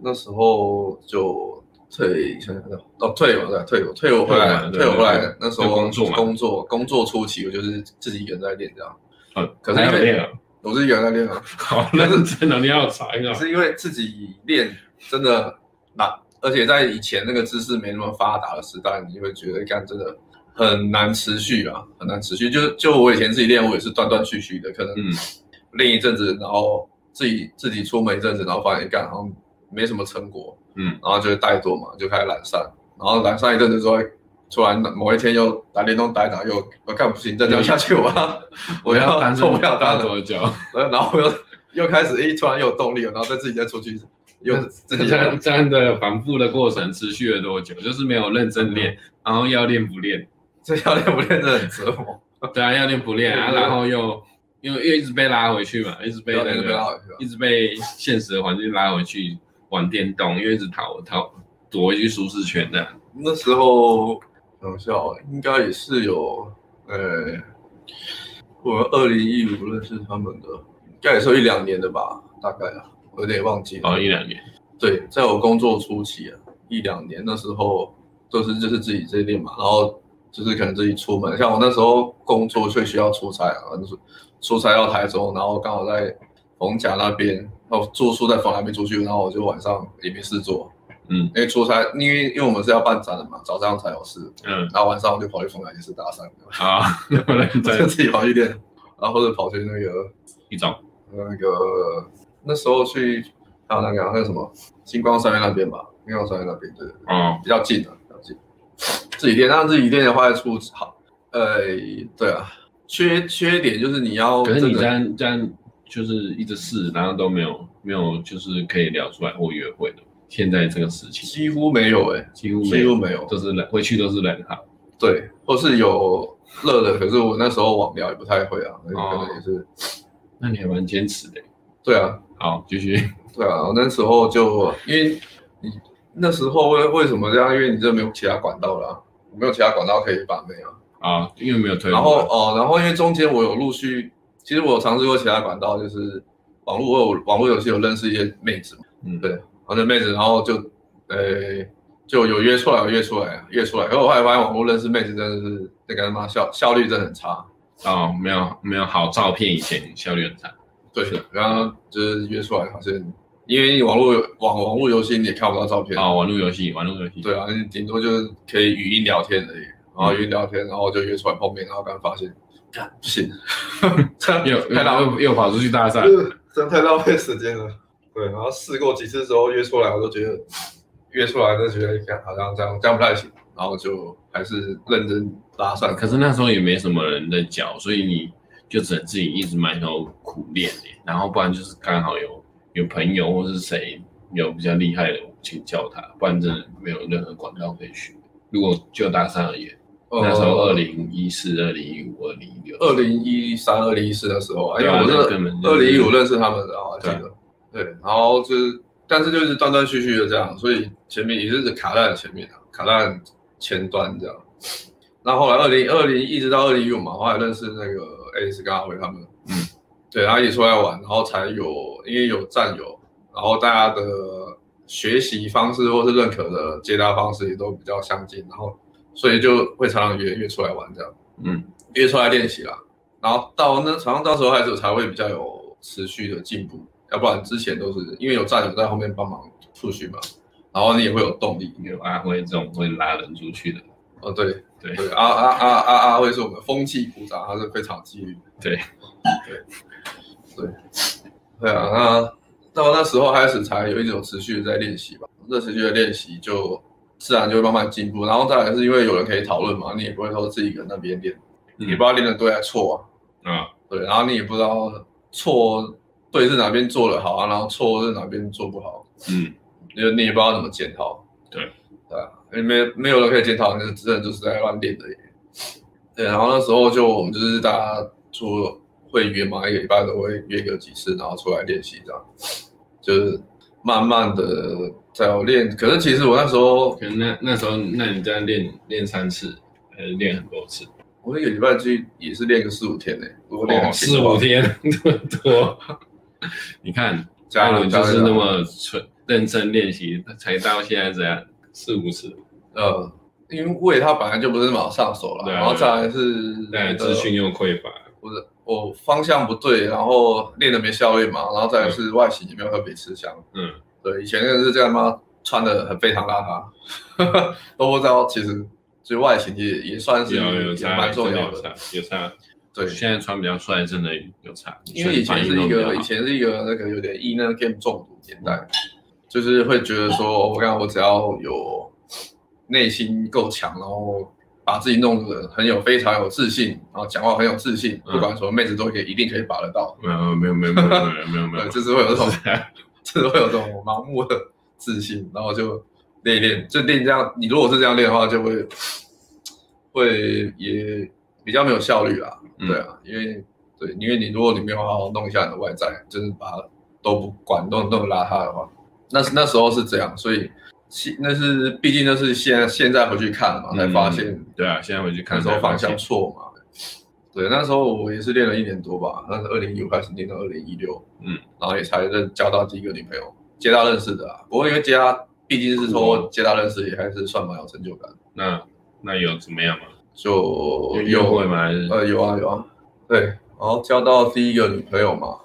Speaker 1: 那时候就退，想想哦退我对退我退我回来
Speaker 2: 退
Speaker 1: 退
Speaker 2: 伍
Speaker 1: 我回
Speaker 2: 对对
Speaker 1: 来，那时
Speaker 2: 就
Speaker 1: 候
Speaker 2: 工作嘛
Speaker 1: 工作工作初期，我就是自己一个人在练这样，
Speaker 2: 嗯，
Speaker 1: 可是
Speaker 2: 还
Speaker 1: 因为
Speaker 2: 有 *laughs* 那个
Speaker 1: 我自己一个人在练啊，
Speaker 2: 好认真哦，你好长
Speaker 1: 可
Speaker 2: 啊，
Speaker 1: 是因为自己练真的难，而且在以前那个知识没那么发达的时代，你就会觉得干真的很难持续啊，很难持续。就就我以前自己练，我也是断断续续的，可能
Speaker 2: 嗯
Speaker 1: 练一阵子，然后自己自己出门一阵子，然后发现干好像没什么成果，
Speaker 2: 嗯，
Speaker 1: 然后就会怠惰嘛，就开始懒散，然后懒散一阵子之后。突然某一天又打电动打一打，又我看不行，再这样下去我要我要
Speaker 2: 嗯单身
Speaker 1: 受不了单了，
Speaker 2: 多久？
Speaker 1: 呃，然后又又开始，诶，突然有动力了，然后再自己再出去，又自己
Speaker 2: *laughs* 这样这样的反复的过程持续了多久？就是没有认真练，
Speaker 1: 嗯
Speaker 2: 然后要练不练？
Speaker 1: 这教练不练真的很折磨，
Speaker 2: 对啊，要练不练
Speaker 1: 对
Speaker 2: 啊，
Speaker 1: 对对
Speaker 2: 然后又又又一直被拉回去嘛，一直被
Speaker 1: 不要
Speaker 2: 那
Speaker 1: 被拉
Speaker 2: 个
Speaker 1: 回去了。
Speaker 2: 一直被现实的环境拉回去玩电动，又一直逃逃躲回去舒适圈的。
Speaker 1: 那时候等一下哦，应该也是有，呃，我们二零一五认识他们的，应该也是有一两年的吧，大概啊，我有点忘记了。
Speaker 2: 哦，一两年，
Speaker 1: 对，在我工作初期啊，一两年那时候，就是就是自己自己练嘛，然后就是可能自己出门，像我那时候工作最需要出差啊，就是出差到台中，然后刚好在逢甲那边，然后住宿在逢甲那边出去，然后我就晚上也没事做，
Speaker 2: 嗯，
Speaker 1: 因为出差，因为因为我们是要办展的嘛，早上才有事，
Speaker 2: 嗯，
Speaker 1: 然后晚上我就跑去逢甲夜市打散，
Speaker 2: 好， *laughs* 那么认
Speaker 1: 就
Speaker 2: 真
Speaker 1: *laughs* 自己跑去练，然后或者跑去那个
Speaker 2: 一种，
Speaker 1: 那个那时候去还有那个还有什么星光三院那边吧，星光三院那边对，
Speaker 2: 哦，
Speaker 1: 比较近啊，比较近。自己练，但自己练的话出好，呃，对啊，缺缺点就是你要
Speaker 2: 可是
Speaker 1: 真
Speaker 2: 你这
Speaker 1: 的
Speaker 2: 样这样就是一直试，然后都没有没有就是可以聊出来或约会的。现在这个事情
Speaker 1: 几乎没有哎、
Speaker 2: 几乎没
Speaker 1: 几
Speaker 2: 有
Speaker 1: 乎，没有，
Speaker 2: 都是人回去都是人好。
Speaker 1: 对，或是有热的，可是我那时候网聊也不太会啊，可
Speaker 2: 哦
Speaker 1: 能也是，
Speaker 2: 那你还蛮坚持的。
Speaker 1: 对啊，
Speaker 2: 好，继续。 *laughs*
Speaker 1: 对啊，我那时候就因为你那时候为为什么这样？因为你这没有其他管道啦、我没有其他管道可以把妹啊。
Speaker 2: 啊，因为没有推广。
Speaker 1: 然后哦，然后因为中间我有陆续，其实我有尝试过其他管道，就是网络我有网络游戏有认识一些妹子嘛，
Speaker 2: 嗯，
Speaker 1: 对然后那妹子，然后就呃就有约出来，有约出来，约出来。可我后来发现网络认识妹子真的是那个他妈效效率真的很差，
Speaker 2: 哦，没有没有好照片，以前效率很差。
Speaker 1: 对
Speaker 2: 是，
Speaker 1: 然后就是约出来发现，因为网络网网络游戏你也看不到照片，
Speaker 2: 哦，玩路游戏，玩路游戏。
Speaker 1: 对啊，你顶多就是可以语音聊天而已，然
Speaker 2: 嗯
Speaker 1: 后语音聊天，然后就约出来碰面，然后刚发现，干不行，这样
Speaker 2: 又
Speaker 1: *laughs* 太浪
Speaker 2: 又又跑出去大战，
Speaker 1: 就是真的太浪费时间了。对，然后试过几次之后约出来，我都觉得约出来都觉得，看好像这样这样不太行，然后就还是认真搭讪。
Speaker 2: 呃可是那时候也没什么人在教，所以你就只能自己一直埋头苦练、欸、然后不然就是刚好有有朋友或是谁有比较厉害的，请教他，不然真的没有任何管道可以学。如果就搭讪而言，那时候二零一四、二零一五、二零一六、
Speaker 1: 哦呃二零一三、二零一四的时候啊，因
Speaker 2: 对
Speaker 1: 为
Speaker 2: 啊
Speaker 1: 我
Speaker 2: 那
Speaker 1: 是
Speaker 2: 根本就
Speaker 1: 二零一
Speaker 2: 是
Speaker 1: 五认识他们的啊，我记
Speaker 2: 对
Speaker 1: 得对，然后就是但是就是断断续续的这样，所以前面也是卡在前面啊，卡在前端这样。那后来二零二零一直到二零一五嘛，后来认识那个 Alice 跟阿辉他们，
Speaker 2: 嗯，
Speaker 1: 对，然后一起出来玩，然后才有因为有战友，然后大家的学习方式或是认可的接搭方式也都比较相近，然后所以就会常常约约出来玩这样。
Speaker 2: 嗯，
Speaker 1: 约出来练习啦。然后到那好像到时候开始才会比较有持续的进步，要不然之前都是因为有战友在后面帮忙促进嘛，然后你也会有动力。
Speaker 2: 有阿辉这种会拉人出去的，
Speaker 1: 哦，对
Speaker 2: 对
Speaker 1: 对，阿阿阿阿阿会是我们风气鼓掌，他是非常有纪律的。
Speaker 2: 对
Speaker 1: 对对对啊，那到那时候开始才有一种持续的在练习吧，这持续的练习就自然就会慢慢进步。然后再来是因为有人可以讨论嘛，你也不会说自己一个人在那边练，
Speaker 2: 嗯
Speaker 1: 你不知道练的对还是错啊。
Speaker 2: 啊，
Speaker 1: 对，然后你也不知道错对是哪边做的好啊，然后错是哪边做不好，
Speaker 2: 嗯，
Speaker 1: 你你也不知道怎么检讨。
Speaker 2: 对，
Speaker 1: 对啊，因为没没有人可以检讨，那真的就是在乱练的耶。对，然后那时候就我们就是大家说会约嘛，一个礼拜都会约个几次，然后出来练习这样，就是慢慢的在练。可是其实我那时候
Speaker 2: 可能那那时候，那你这样练练三次，还是练很多次？
Speaker 1: 我一个礼拜就也是练个四五天呢，如果练很勤
Speaker 2: 哦四
Speaker 1: 的话
Speaker 2: 五天， *laughs* 这么多。你看，
Speaker 1: 加
Speaker 2: 艾
Speaker 1: 油
Speaker 2: 伦哦就是
Speaker 1: 加油
Speaker 2: 那么纯认真练习，才到现在这样四五次。
Speaker 1: 呃，因为它本来就不是那么好上手了，
Speaker 2: 对啊
Speaker 1: 然后再来是
Speaker 2: 但资讯又匮乏，
Speaker 1: 不是我哦方向不对，然后练的没效率嘛，然后再来是外形也没有特别吃香。
Speaker 2: 嗯，
Speaker 1: 对，以前真的是这样嘛，穿的很非常邋遢， *laughs* 都不知道其实就外形也也算是
Speaker 2: 有有
Speaker 1: 也
Speaker 2: 差，
Speaker 1: 蛮重
Speaker 2: 真的
Speaker 1: 要的。
Speaker 2: 有差，有差。
Speaker 1: 对，
Speaker 2: 现在穿比较帅，真的有差。
Speaker 1: 因为以前是一个
Speaker 2: 身材运动比较好
Speaker 1: 以前是一个那个有点意那个 game 中毒年代，就是会觉得
Speaker 2: 嗯
Speaker 1: 说，哦我看我只要有内心够强，然后把自己弄得很有非常有自信，然后讲话很有自信，
Speaker 2: 嗯
Speaker 1: 不管什么妹子都可以一定可以把得到，
Speaker 2: 没有没有没有没有没有没有没
Speaker 1: *laughs* 对，
Speaker 2: 有，
Speaker 1: 就是会有这种
Speaker 2: 是啊
Speaker 1: *laughs* 就是会有这种盲目的自信，然后就练一练，就练这样。你如果是这样练的话，就会会也比较没有效率啦。
Speaker 2: 嗯
Speaker 1: 对啊，因为对，因为你如果你没有好好弄一下你的外在，就是把它都不管弄弄邋遢的话，那是那时候是这样，所以其那是毕竟那是现在现在回去看嘛，才发现、
Speaker 2: 嗯对啊，现在回去看
Speaker 1: 那时候
Speaker 2: 才发
Speaker 1: 方
Speaker 2: 现
Speaker 1: 向错嘛。对，那时候我也是练了一年多吧，那是二零一五开始练到二零一六，
Speaker 2: 嗯，
Speaker 1: 然后也才认交到第一个女朋友，接他认识的啊。不过因为接他毕竟是说接他认识，也还是算蛮有成就感的，
Speaker 2: 那那有怎么样吗？
Speaker 1: 就
Speaker 2: 有约会吗？还是
Speaker 1: 呃，有啊有啊，对，然后交到第一个女朋友嘛，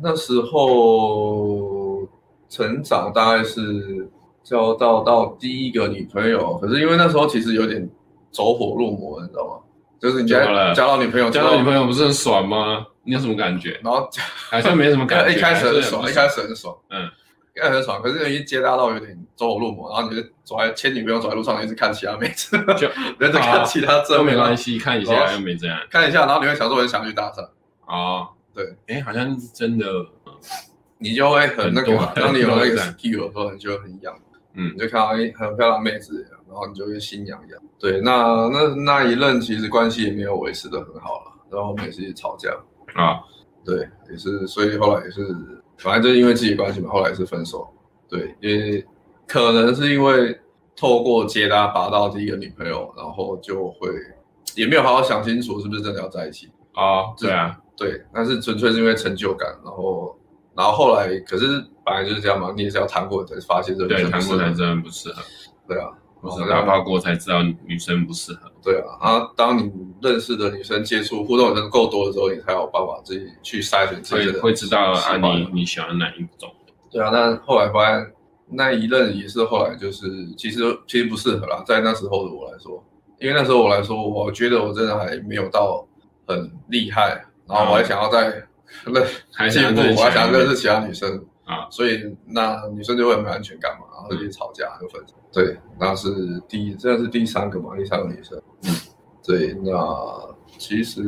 Speaker 1: 那时候成长大概是交到到第一个女朋友，可是因为那时候其实有点走火入魔，你知道吗？就是你
Speaker 2: 怎么了
Speaker 1: 交交到女朋友之
Speaker 2: 交
Speaker 1: 后，
Speaker 2: 到女朋友不是很爽吗？你有什么感觉？
Speaker 1: 然后
Speaker 2: 好像没什么感觉，
Speaker 1: 呃 *laughs* 一开始
Speaker 2: 还
Speaker 1: 很
Speaker 2: 是不
Speaker 1: 爽，一开始很爽，
Speaker 2: 嗯，
Speaker 1: 一开始很爽，可是已经接搭到有点走火入魔，然后你就走在牵女朋友走在路上，你一直看其他妹子， *laughs*
Speaker 2: 就
Speaker 1: 人在看其他正
Speaker 2: 啊都没
Speaker 1: 面，
Speaker 2: 关系，看一下
Speaker 1: 哦
Speaker 2: 又没这样
Speaker 1: 看一下，然后你会想说我很想去搭讪。
Speaker 2: 哦。
Speaker 1: 对，
Speaker 2: 哎，好像是真的，嗯
Speaker 1: 你就会很那个嘛，
Speaker 2: 很多
Speaker 1: 当你有那
Speaker 2: 很
Speaker 1: 个
Speaker 2: 多人
Speaker 1: skill 的时候，你就会很痒，
Speaker 2: 嗯
Speaker 1: 你就看到一很漂亮的妹子，然后你就会心痒痒。对，那那那一任其实关系也没有维持的很好了，然后我们也是吵架，
Speaker 2: 啊，
Speaker 1: 对，也是，所以后来也是，反正就是因为自己关系嘛，后来也是分手。对，也可能是因为透过接搭拔到第一个女朋友，然后就会也没有好好想清楚是不是真的要在一起，
Speaker 2: 哦，
Speaker 1: 这
Speaker 2: 对啊，
Speaker 1: 对，但是纯粹是因为成就感，然后，然后后来，可是本来就是这样嘛，你也是要谈过才发现这个
Speaker 2: 对，
Speaker 1: 人不
Speaker 2: 谈
Speaker 1: 适
Speaker 2: 过哦
Speaker 1: 合
Speaker 2: 才，真的不适合，
Speaker 1: 对啊，
Speaker 2: 不
Speaker 1: 然
Speaker 2: 是
Speaker 1: 后
Speaker 2: 打炮过才知道女生不适合。
Speaker 1: 对啊，然后当你认识的女生接触互动的人够多的时候，你才有办法自己去筛选自
Speaker 2: 所
Speaker 1: 己
Speaker 2: 以
Speaker 1: 的
Speaker 2: 会知道
Speaker 1: 喜
Speaker 2: 啊，
Speaker 1: 欢
Speaker 2: 你你喜欢哪一种？
Speaker 1: 对啊，但后来发现那一任也是后来就是其实其实不适合啦，在那时候的我来说，因为那时候我来说，我觉得我真的还没有到很厉害，然后我还想要再认
Speaker 2: 还
Speaker 1: 进
Speaker 2: 想
Speaker 1: 步，
Speaker 2: 认识
Speaker 1: 我还想
Speaker 2: 其他
Speaker 1: 认
Speaker 2: 人
Speaker 1: 识其他女生，
Speaker 2: 啊
Speaker 1: 所以那女生就会很没安全感嘛，然后就吵架就分手。对，那是第一，这是第三个嘛，第三个女生。
Speaker 2: 嗯
Speaker 1: 对，那其实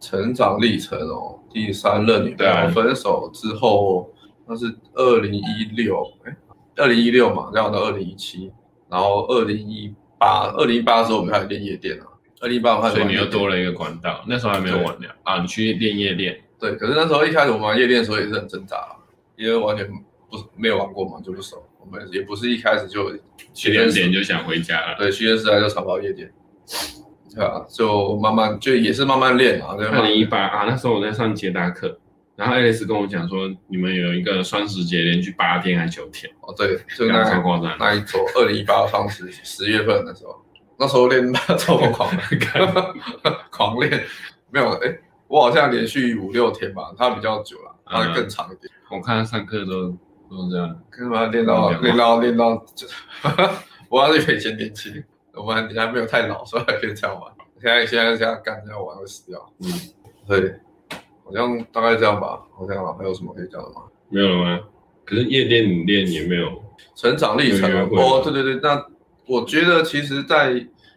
Speaker 1: 成长历程哦，第三任女朋
Speaker 2: 对啊
Speaker 1: 友分手之后，那是二零一六，哎，二零一六嘛，然后到二零一七，然后二零一八，二零一八的时候我们开始练夜店啊，二零一八我们开
Speaker 2: 所
Speaker 1: 始
Speaker 2: 以
Speaker 1: 玩
Speaker 2: 你
Speaker 1: 夜
Speaker 2: 又
Speaker 1: 店
Speaker 2: 多了一个管道。那时候还没有晚聊啊，你去练夜练，
Speaker 1: 对，可是那时候一开始我们玩夜店的时候也是很挣扎啊，因为完全不没有玩过嘛，就不熟。我们也不是一开始就
Speaker 2: 七点点就想回家了。
Speaker 1: 对，训练时代就常跑夜店，对啊，就慢慢就也是慢慢练啊，对
Speaker 2: 二零一八啊，那时候我在上捷达课，然后 Alice 跟我讲说，你们有一个双十节连续八天还九天，
Speaker 1: 哦对，就
Speaker 2: 刚超
Speaker 1: 那
Speaker 2: 夸张。
Speaker 1: 那一周二零一八双十十月份的时候，那时候练超疯
Speaker 2: *laughs*
Speaker 1: 狂的，狂练，没有哎，我好像连续五六天吧，他比较久了，
Speaker 2: 嗯
Speaker 1: 他更长一点。
Speaker 2: 我看他上课都都这样，
Speaker 1: 跟他练到
Speaker 2: 嗯
Speaker 1: 练到练到，就 *laughs* 我要是以前年轻，我们你还没有太老，所以还可以这样玩。现在现在这样干这样玩会死掉。
Speaker 2: 嗯，
Speaker 1: 对，好像大概这样吧，好像啊，还有什么可以讲的吗？
Speaker 2: 没有了吗？可是夜店你练也没有，
Speaker 1: 成长历程
Speaker 2: 有约
Speaker 1: 啊
Speaker 2: 会
Speaker 1: 哦，对对对，那我觉得其实，在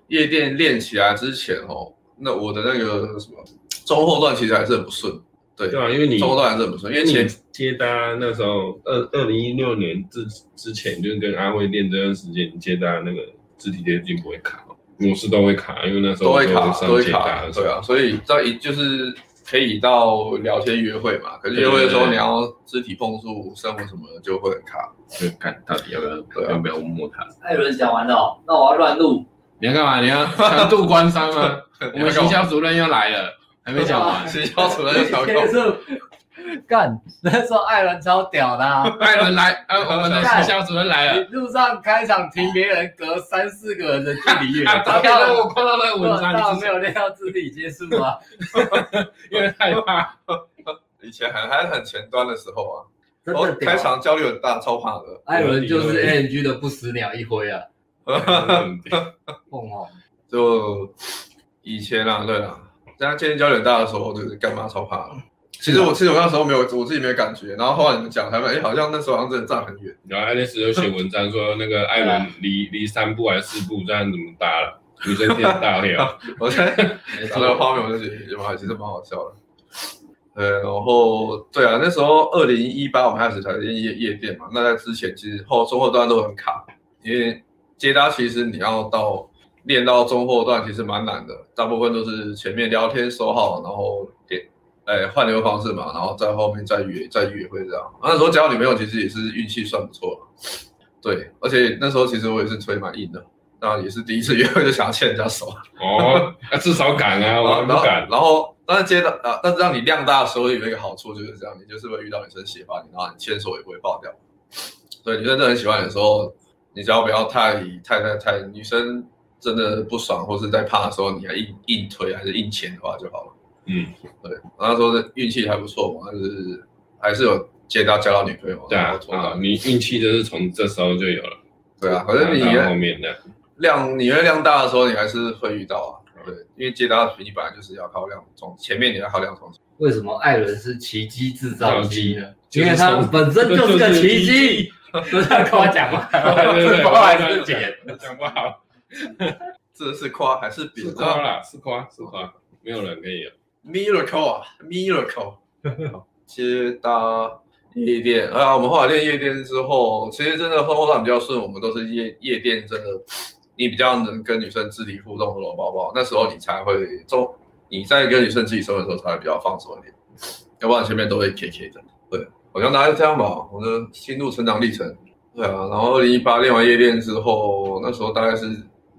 Speaker 1: 夜店练起来之前哦，那我的那个什么中后段其实还是很不顺，对，
Speaker 2: 对啊，因为你
Speaker 1: 中后段还是很不顺，因为
Speaker 2: 因为
Speaker 1: 前
Speaker 2: 你接搭那时候二二零一六年之之前，就是跟阿辉练这段时间，你接搭那个肢体贴近不会卡哦，模式都会卡，因为那时候
Speaker 1: 都会卡，
Speaker 2: 就
Speaker 1: 都
Speaker 2: 是上
Speaker 1: 会
Speaker 2: 接搭
Speaker 1: 卡，
Speaker 2: 的时
Speaker 1: 对
Speaker 2: 候，
Speaker 1: 啊，所以在一就是可以到聊天约会嘛，可是约会的时候
Speaker 2: 对对对
Speaker 1: 你要肢体碰触、生活什么的就会很卡。
Speaker 2: 就看到底要不
Speaker 1: 对
Speaker 2: 要
Speaker 1: 啊
Speaker 2: 要不要摸他。
Speaker 3: 艾伦讲完了哦，那我要乱录。
Speaker 2: 你要干嘛？
Speaker 1: *laughs*
Speaker 2: 你要强渡关山吗？我们行
Speaker 1: 你要
Speaker 2: 销主任又来了，还没讲
Speaker 1: *laughs* 干嘛
Speaker 3: 啊
Speaker 2: 完。
Speaker 1: 行销主
Speaker 2: 哎
Speaker 1: 任
Speaker 3: *laughs*
Speaker 1: 调控，
Speaker 3: 干，那时候艾伦超屌
Speaker 2: *laughs*
Speaker 3: 的、啊。
Speaker 2: 艾伦来，啊，我们的行销主任来
Speaker 3: 你
Speaker 2: 了。
Speaker 3: 路上开场停别人隔三四个人的距离
Speaker 2: *laughs*
Speaker 3: 远，
Speaker 2: 啊！
Speaker 3: 他
Speaker 2: 昨天我看到那个文章，
Speaker 3: 到
Speaker 2: 你
Speaker 3: 没
Speaker 2: 是
Speaker 3: 有练到肢体接触
Speaker 2: *laughs*
Speaker 3: 啊？
Speaker 2: 因为害
Speaker 1: *laughs*
Speaker 2: 怕，
Speaker 1: 以前很还很前端的时候啊，
Speaker 3: 真
Speaker 1: 哦
Speaker 3: 的，屌
Speaker 1: 开场焦虑很大，超怕的。
Speaker 3: 艾伦就是 A N G 的不死鸟一挥啊，凤凰。
Speaker 1: 就以前啊，对啊，大家今天焦虑很大的时候，就是干嘛超怕的。其实我其实我那时候没有，我自己没有感觉，然后后来你们讲，才发现哎，好像那时候好像真的站很远。
Speaker 2: 然后爱丽丝就写文章说，那个艾
Speaker 1: 嗯
Speaker 2: 伦离离三步还是四步，这样怎么搭了？女生变
Speaker 1: *laughs*
Speaker 2: 大了，
Speaker 1: 我现在想到画面，我就觉得也蛮其实蛮好笑的。呃，然后对啊，那时候二零一八我们开始才练夜夜店嘛，那在之前其实后中后段都很卡，因为接搭其实你要到练到中后段其实蛮难的，大部分都是前面聊天收好，然后点哎换流方式嘛，然后在后面再约再约会这样。那时候交女朋友其实也是运气算不错了，对，而且那时候其实我也是吹蛮硬的，那也是第一次约会就想要牵人家手。
Speaker 2: 哦，那至少敢啊，我还
Speaker 1: 然
Speaker 2: 不
Speaker 1: 后
Speaker 2: 敢。
Speaker 1: 哦然后，但是接到啊，但是让你量大的时候有一个好处就是这样，你就是会遇到女生喜欢你，然后你牵手也不会爆掉。对，女生真的很喜欢你的时候，你只要不要太太太太，女生真的不爽或是在怕的时候，你还硬硬推还是硬牵的话就好了。
Speaker 2: 嗯，
Speaker 1: 对，那时候的运气还不错嘛，就是还是有接到交到女朋友，
Speaker 2: 对
Speaker 1: 然
Speaker 2: 啊
Speaker 1: 后，拖
Speaker 2: 啊
Speaker 1: 到，
Speaker 2: 你运气就是从这时候就有了，
Speaker 1: 对啊，反正你
Speaker 2: 到后面的。
Speaker 1: 量你越量大的时候，你还是会遇到啊。对，因为接搭你本来就是要靠量冲，前面你要靠量冲。
Speaker 3: 为什么艾伦是奇迹制造机呢？
Speaker 2: 就是
Speaker 3: 因为他
Speaker 2: 从
Speaker 3: 本身就是个奇迹。不是在跟我讲话，
Speaker 2: 对对对，
Speaker 3: *laughs* 不好意思姐，
Speaker 2: *laughs* 讲不好，
Speaker 1: 这是夸还是贬
Speaker 2: 是夸啦，是夸，是夸，没有人可以有。啊
Speaker 1: ？Miracle 啊，Miracle！接搭夜店啊，我们后来练夜店之后，其实真的后后段比较顺，我们都是夜夜店真的，你比较能跟女生肢体互动、搂抱抱，那时候你才会中，你在跟女生肢体生活的时候才会比较放松一点，要不然前面都会 K K 的。对，好像大概是这样吧，我的心路成长历程。对啊，然后二零一八练完夜店之后，那时候大概是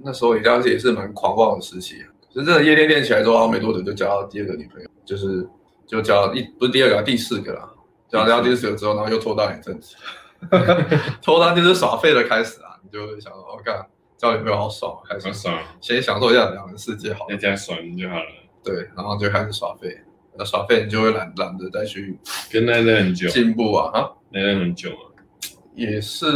Speaker 1: 那时候也当时也是蛮狂妄的时期啊，就真的夜店练起来之后，好像没多久就交到第二个女朋友，就是就交到一不是第二个、啊，第四个啦，交到第四个之后，然后又拖单一阵
Speaker 2: *laughs*
Speaker 1: 子，拖单就是耍废的开始啊，你就会想说，我、哦、干交女朋友好爽啊，开
Speaker 2: 好
Speaker 1: 始
Speaker 2: 爽，
Speaker 1: 先享受一下两人世界好了
Speaker 2: 在家爽就好了，
Speaker 1: 对，然后就开始耍废，那耍废你就会懒懒得再去
Speaker 2: 跟那个很久，
Speaker 1: 进步啊，啊，
Speaker 2: 那个很久啊，
Speaker 1: 也是，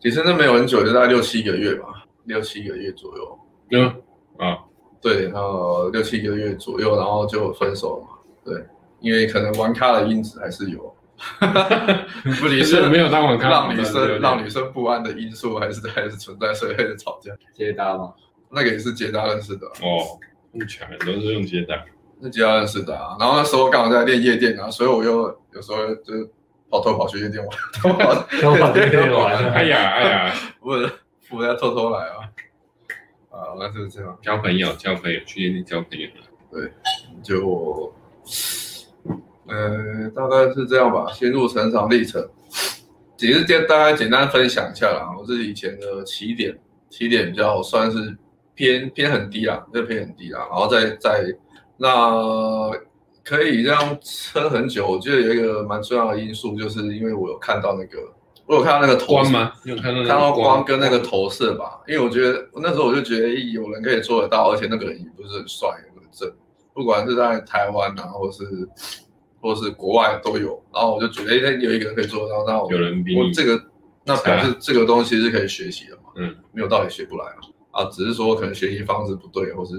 Speaker 1: 也是那没有很久，就大概六七个月吧，六七个月左右。
Speaker 2: 嗯啊，
Speaker 1: 对，呃，六七个月左右，然后就分手了嘛。对，因为可能玩咖的因子还是有， *laughs* 不理
Speaker 2: 是
Speaker 1: 性
Speaker 2: *laughs* 没有当晚看
Speaker 1: 让女
Speaker 2: 对对
Speaker 1: 生让女生不安的因素还是还是存在，所以还是吵架。
Speaker 3: 接搭吗？
Speaker 1: 那个也是捷达认识的啊、
Speaker 2: 哦，不强，都是用接单。
Speaker 1: 是捷达认识的啊。然后那时候刚好在练夜店啊，所以我又有时候就是跑偷跑去夜店玩， *laughs* 偷跑
Speaker 3: 都把这个玩了，
Speaker 2: 哎呀哎呀，
Speaker 1: 不是 *laughs* 我在偷偷来啊。啊，那就是这样。
Speaker 2: 交朋友交朋友，去夜店交朋友。
Speaker 1: 就，呃，大概是这样吧，心路成长历程，只是简大概简单分享一下啦。我自己以前的起点，起点比较算是偏偏很低啦，就偏很低啦，然后再再那可以这样撑很久，我觉得有一个蛮重要的因素，就是因为我有看到那个，我有看到那个头
Speaker 2: 光
Speaker 1: 饰
Speaker 2: 吗？你有看到那个
Speaker 1: 看到光跟那个投射吧，因为我觉得那时候我就觉得咦有人可以做得到，而且那个人也不是很帅，也不是很正，不管是在台湾啊，或是或是国外都有。然后我就觉得，哎、有一个人可以做得到，哎那我
Speaker 2: 有人比
Speaker 1: 我
Speaker 2: 你
Speaker 1: 这个那表示这个东西是可以学习的嘛，
Speaker 2: 嗯，
Speaker 1: 没有道理学不来嘛，啊，只是说可能学习方式不对，或是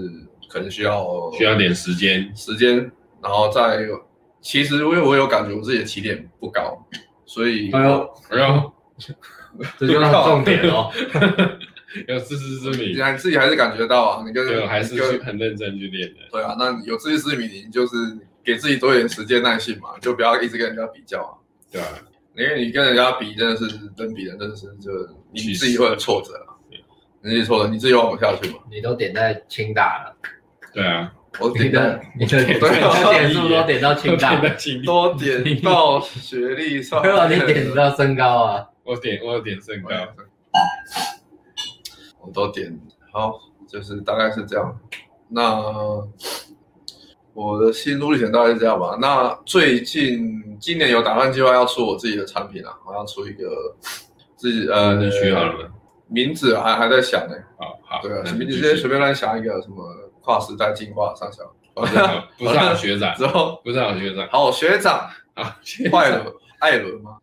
Speaker 1: 可能需要
Speaker 2: 需要点时间，
Speaker 1: 时间，然后再其实因为我有感觉我自己的起点不高，所以
Speaker 3: 哎呦，
Speaker 2: 然后
Speaker 3: 这就是重点哦。
Speaker 2: 要自知之
Speaker 1: 你
Speaker 2: 明，
Speaker 1: 还自己还是感觉到啊，你跟
Speaker 2: 对，还是
Speaker 1: 你跟
Speaker 2: 去很认真去练的。
Speaker 1: 对啊，那有自知之明，你就是给自己多一点时间耐性嘛，就不要一直跟人家比较啊，
Speaker 2: 对啊，
Speaker 1: 因为你跟人家比真的是人比人，真的是就你
Speaker 2: 气死
Speaker 1: 自己会有挫折啊，你自己挫折，你自己往不下去嘛。
Speaker 3: 你都点在清大了，
Speaker 2: 对啊，
Speaker 1: 我
Speaker 3: 你
Speaker 1: 顶多
Speaker 3: 的你的你
Speaker 1: 对
Speaker 3: 的点数都点到清大，
Speaker 2: 的经历，
Speaker 1: 多点到学历上
Speaker 3: *laughs* 没有啊你点到身高啊，
Speaker 2: 我点我有点身高，
Speaker 1: 我都点好，就是大概是这样。那我的心路历程大概是这样吧。那最近今年有打算计划要出我自己的产品啊，我要出一个自己呃
Speaker 2: 那就去好了嘛。
Speaker 1: 名字哎还还在想呢、
Speaker 2: 好好，
Speaker 1: 对啊，
Speaker 2: 那
Speaker 1: 随
Speaker 2: 就
Speaker 1: 便
Speaker 2: 继
Speaker 1: 直
Speaker 2: 续
Speaker 1: 接随便乱想一个什么跨时代进化上下，
Speaker 2: 不是好不是好学长，
Speaker 1: 之后
Speaker 2: 不
Speaker 1: *laughs*
Speaker 2: 是好学长，啊
Speaker 1: 好学长。
Speaker 2: 好学
Speaker 1: 快
Speaker 2: 长
Speaker 1: 伦，艾伦吗？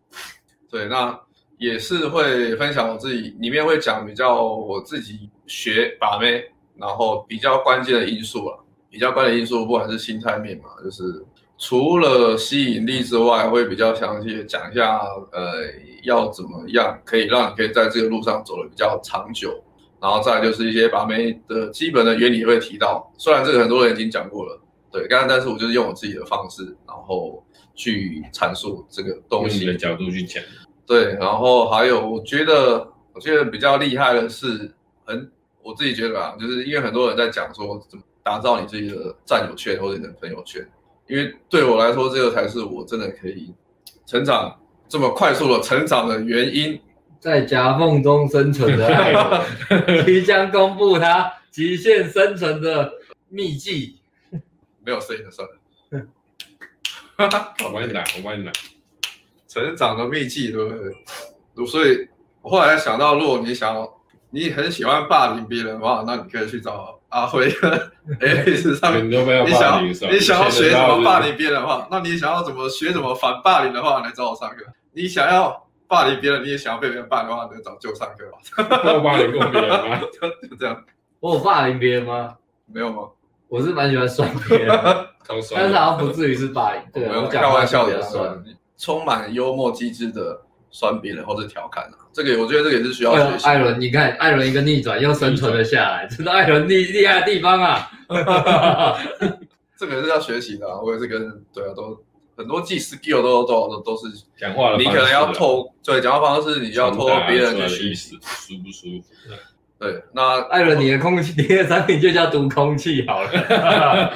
Speaker 1: 对，那也是会分享我自己，里面会讲比较我自己学把妹，然后比较关键的因素啊，比较关键的因素，不管是心态面嘛，就是除了吸引力之外，会比较详细的讲一下，呃，要怎么样可以让你可以在这个路上走得比较长久。然后再来就是一些把妹的基本的原理会提到，虽然这个很多人已经讲过了，对，刚才但是我就是用我自己的方式，然后去阐述这个东
Speaker 2: 用你
Speaker 1: 西。
Speaker 2: 的角度去讲，
Speaker 1: 对，然后还有，我觉得我觉得比较厉害的是，很我自己觉得啊，就是因为很多人在讲说怎么打造你自己的战友圈或者你的朋友圈，因为对我来说，这个才是我真的可以成长这么快速的成长的原因。
Speaker 3: 在夹缝中生存的爱
Speaker 1: *laughs*
Speaker 3: 国即将公布他极限生存的秘技。
Speaker 1: 没有声音的算了，
Speaker 2: 我帮你打，我
Speaker 1: *laughs*
Speaker 2: 帮你打，
Speaker 1: 成长的秘籍，对不对？所以我后来想到，如果你想要你很喜欢霸凌别人的话，那你可以去找阿辉 *laughs* 的 AS 上面
Speaker 2: 你都被要
Speaker 1: 你
Speaker 2: 霸
Speaker 1: 想
Speaker 2: 凌是吧？
Speaker 1: 你想要学怎么霸凌
Speaker 2: 以前的时候就是？
Speaker 1: 别人的话，那你想要怎么学怎么反霸凌的话，来找我上课。你想要霸凌别人，你也想要被别人霸凌的话，你就找就上课吧。 *laughs*
Speaker 2: 我有霸凌过别人吗？
Speaker 1: 就这样，
Speaker 3: 我有霸凌别人吗？
Speaker 1: 没有吗？
Speaker 3: 我是蛮喜欢酸别
Speaker 1: *laughs*
Speaker 3: 人的，
Speaker 2: 超酸
Speaker 3: 但
Speaker 2: 的，
Speaker 3: 是啊好像不至于是霸凌。对，啊
Speaker 1: 没有
Speaker 3: 我讲
Speaker 1: 开玩笑的
Speaker 3: 话是比较
Speaker 1: 酸，充满幽默机智的酸别人或者调侃啊，这个我觉得这个也是需要
Speaker 3: 哎呦
Speaker 1: 学习。
Speaker 3: 艾伦，你看，艾伦一个逆转又生存了下来，这是艾伦厉厉害的地
Speaker 1: *laughs*
Speaker 3: 方啊！
Speaker 1: 这个是要学习的、啊，我也是跟对啊，都很多技 skill 都都都都是，
Speaker 2: 讲话的
Speaker 1: 你
Speaker 2: 方
Speaker 1: 可
Speaker 2: 式啊
Speaker 1: 能要透对讲话方式，你要透过别人
Speaker 2: 传
Speaker 1: 去
Speaker 2: 达出来的
Speaker 1: 学
Speaker 2: 意
Speaker 1: 习。
Speaker 2: 思，舒不舒服？
Speaker 1: 对，
Speaker 2: *laughs*
Speaker 1: 那
Speaker 3: 艾伦，你的空气，你的产品就叫读空气好了，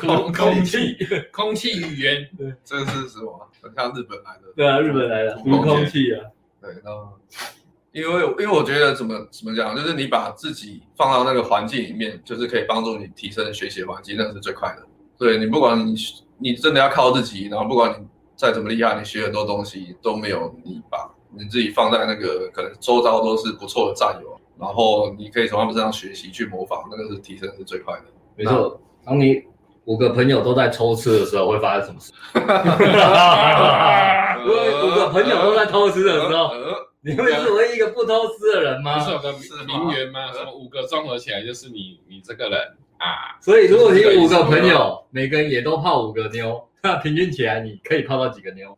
Speaker 1: 空空
Speaker 3: 气，
Speaker 2: 空气语言，
Speaker 1: 这个是什么？很像日本来的。
Speaker 3: 对啊，日本来的读空气啊，
Speaker 1: 对，那因为因为我觉得怎么怎么讲，就是你把自己放到那个环境里面，就是可以帮助你提升学习的环境，那是最快的。对你不管你你真的要靠自己，然后不管你再怎么厉害，你学很多东西都没有你把你自己放在那个可能周遭都是不错的战友，然后你可以从他们身上学习去模仿，那个是提升是最快的。
Speaker 3: 没错。当你五个朋友都在抽吃的时候，会发生什么事？
Speaker 2: 啊
Speaker 3: 如果 *laughs* 五个朋友都在偷吃的时候，
Speaker 1: 呃
Speaker 3: 你会是唯一一个不偷吃的人
Speaker 2: 不是
Speaker 3: 吗？
Speaker 2: 有个
Speaker 1: 啊是吗
Speaker 2: 名言吗？什么五个综合起来就是你，你这个人啊，
Speaker 3: 所以，如果你五个朋友，每个人也都泡五个妞， *laughs* 那平均起来你可以泡到几个妞？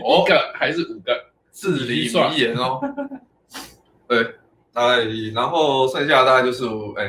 Speaker 1: 哦
Speaker 2: 一个还是五个？
Speaker 1: 至理名言哦。 *laughs* 对，大概然后剩下大概就是我哎，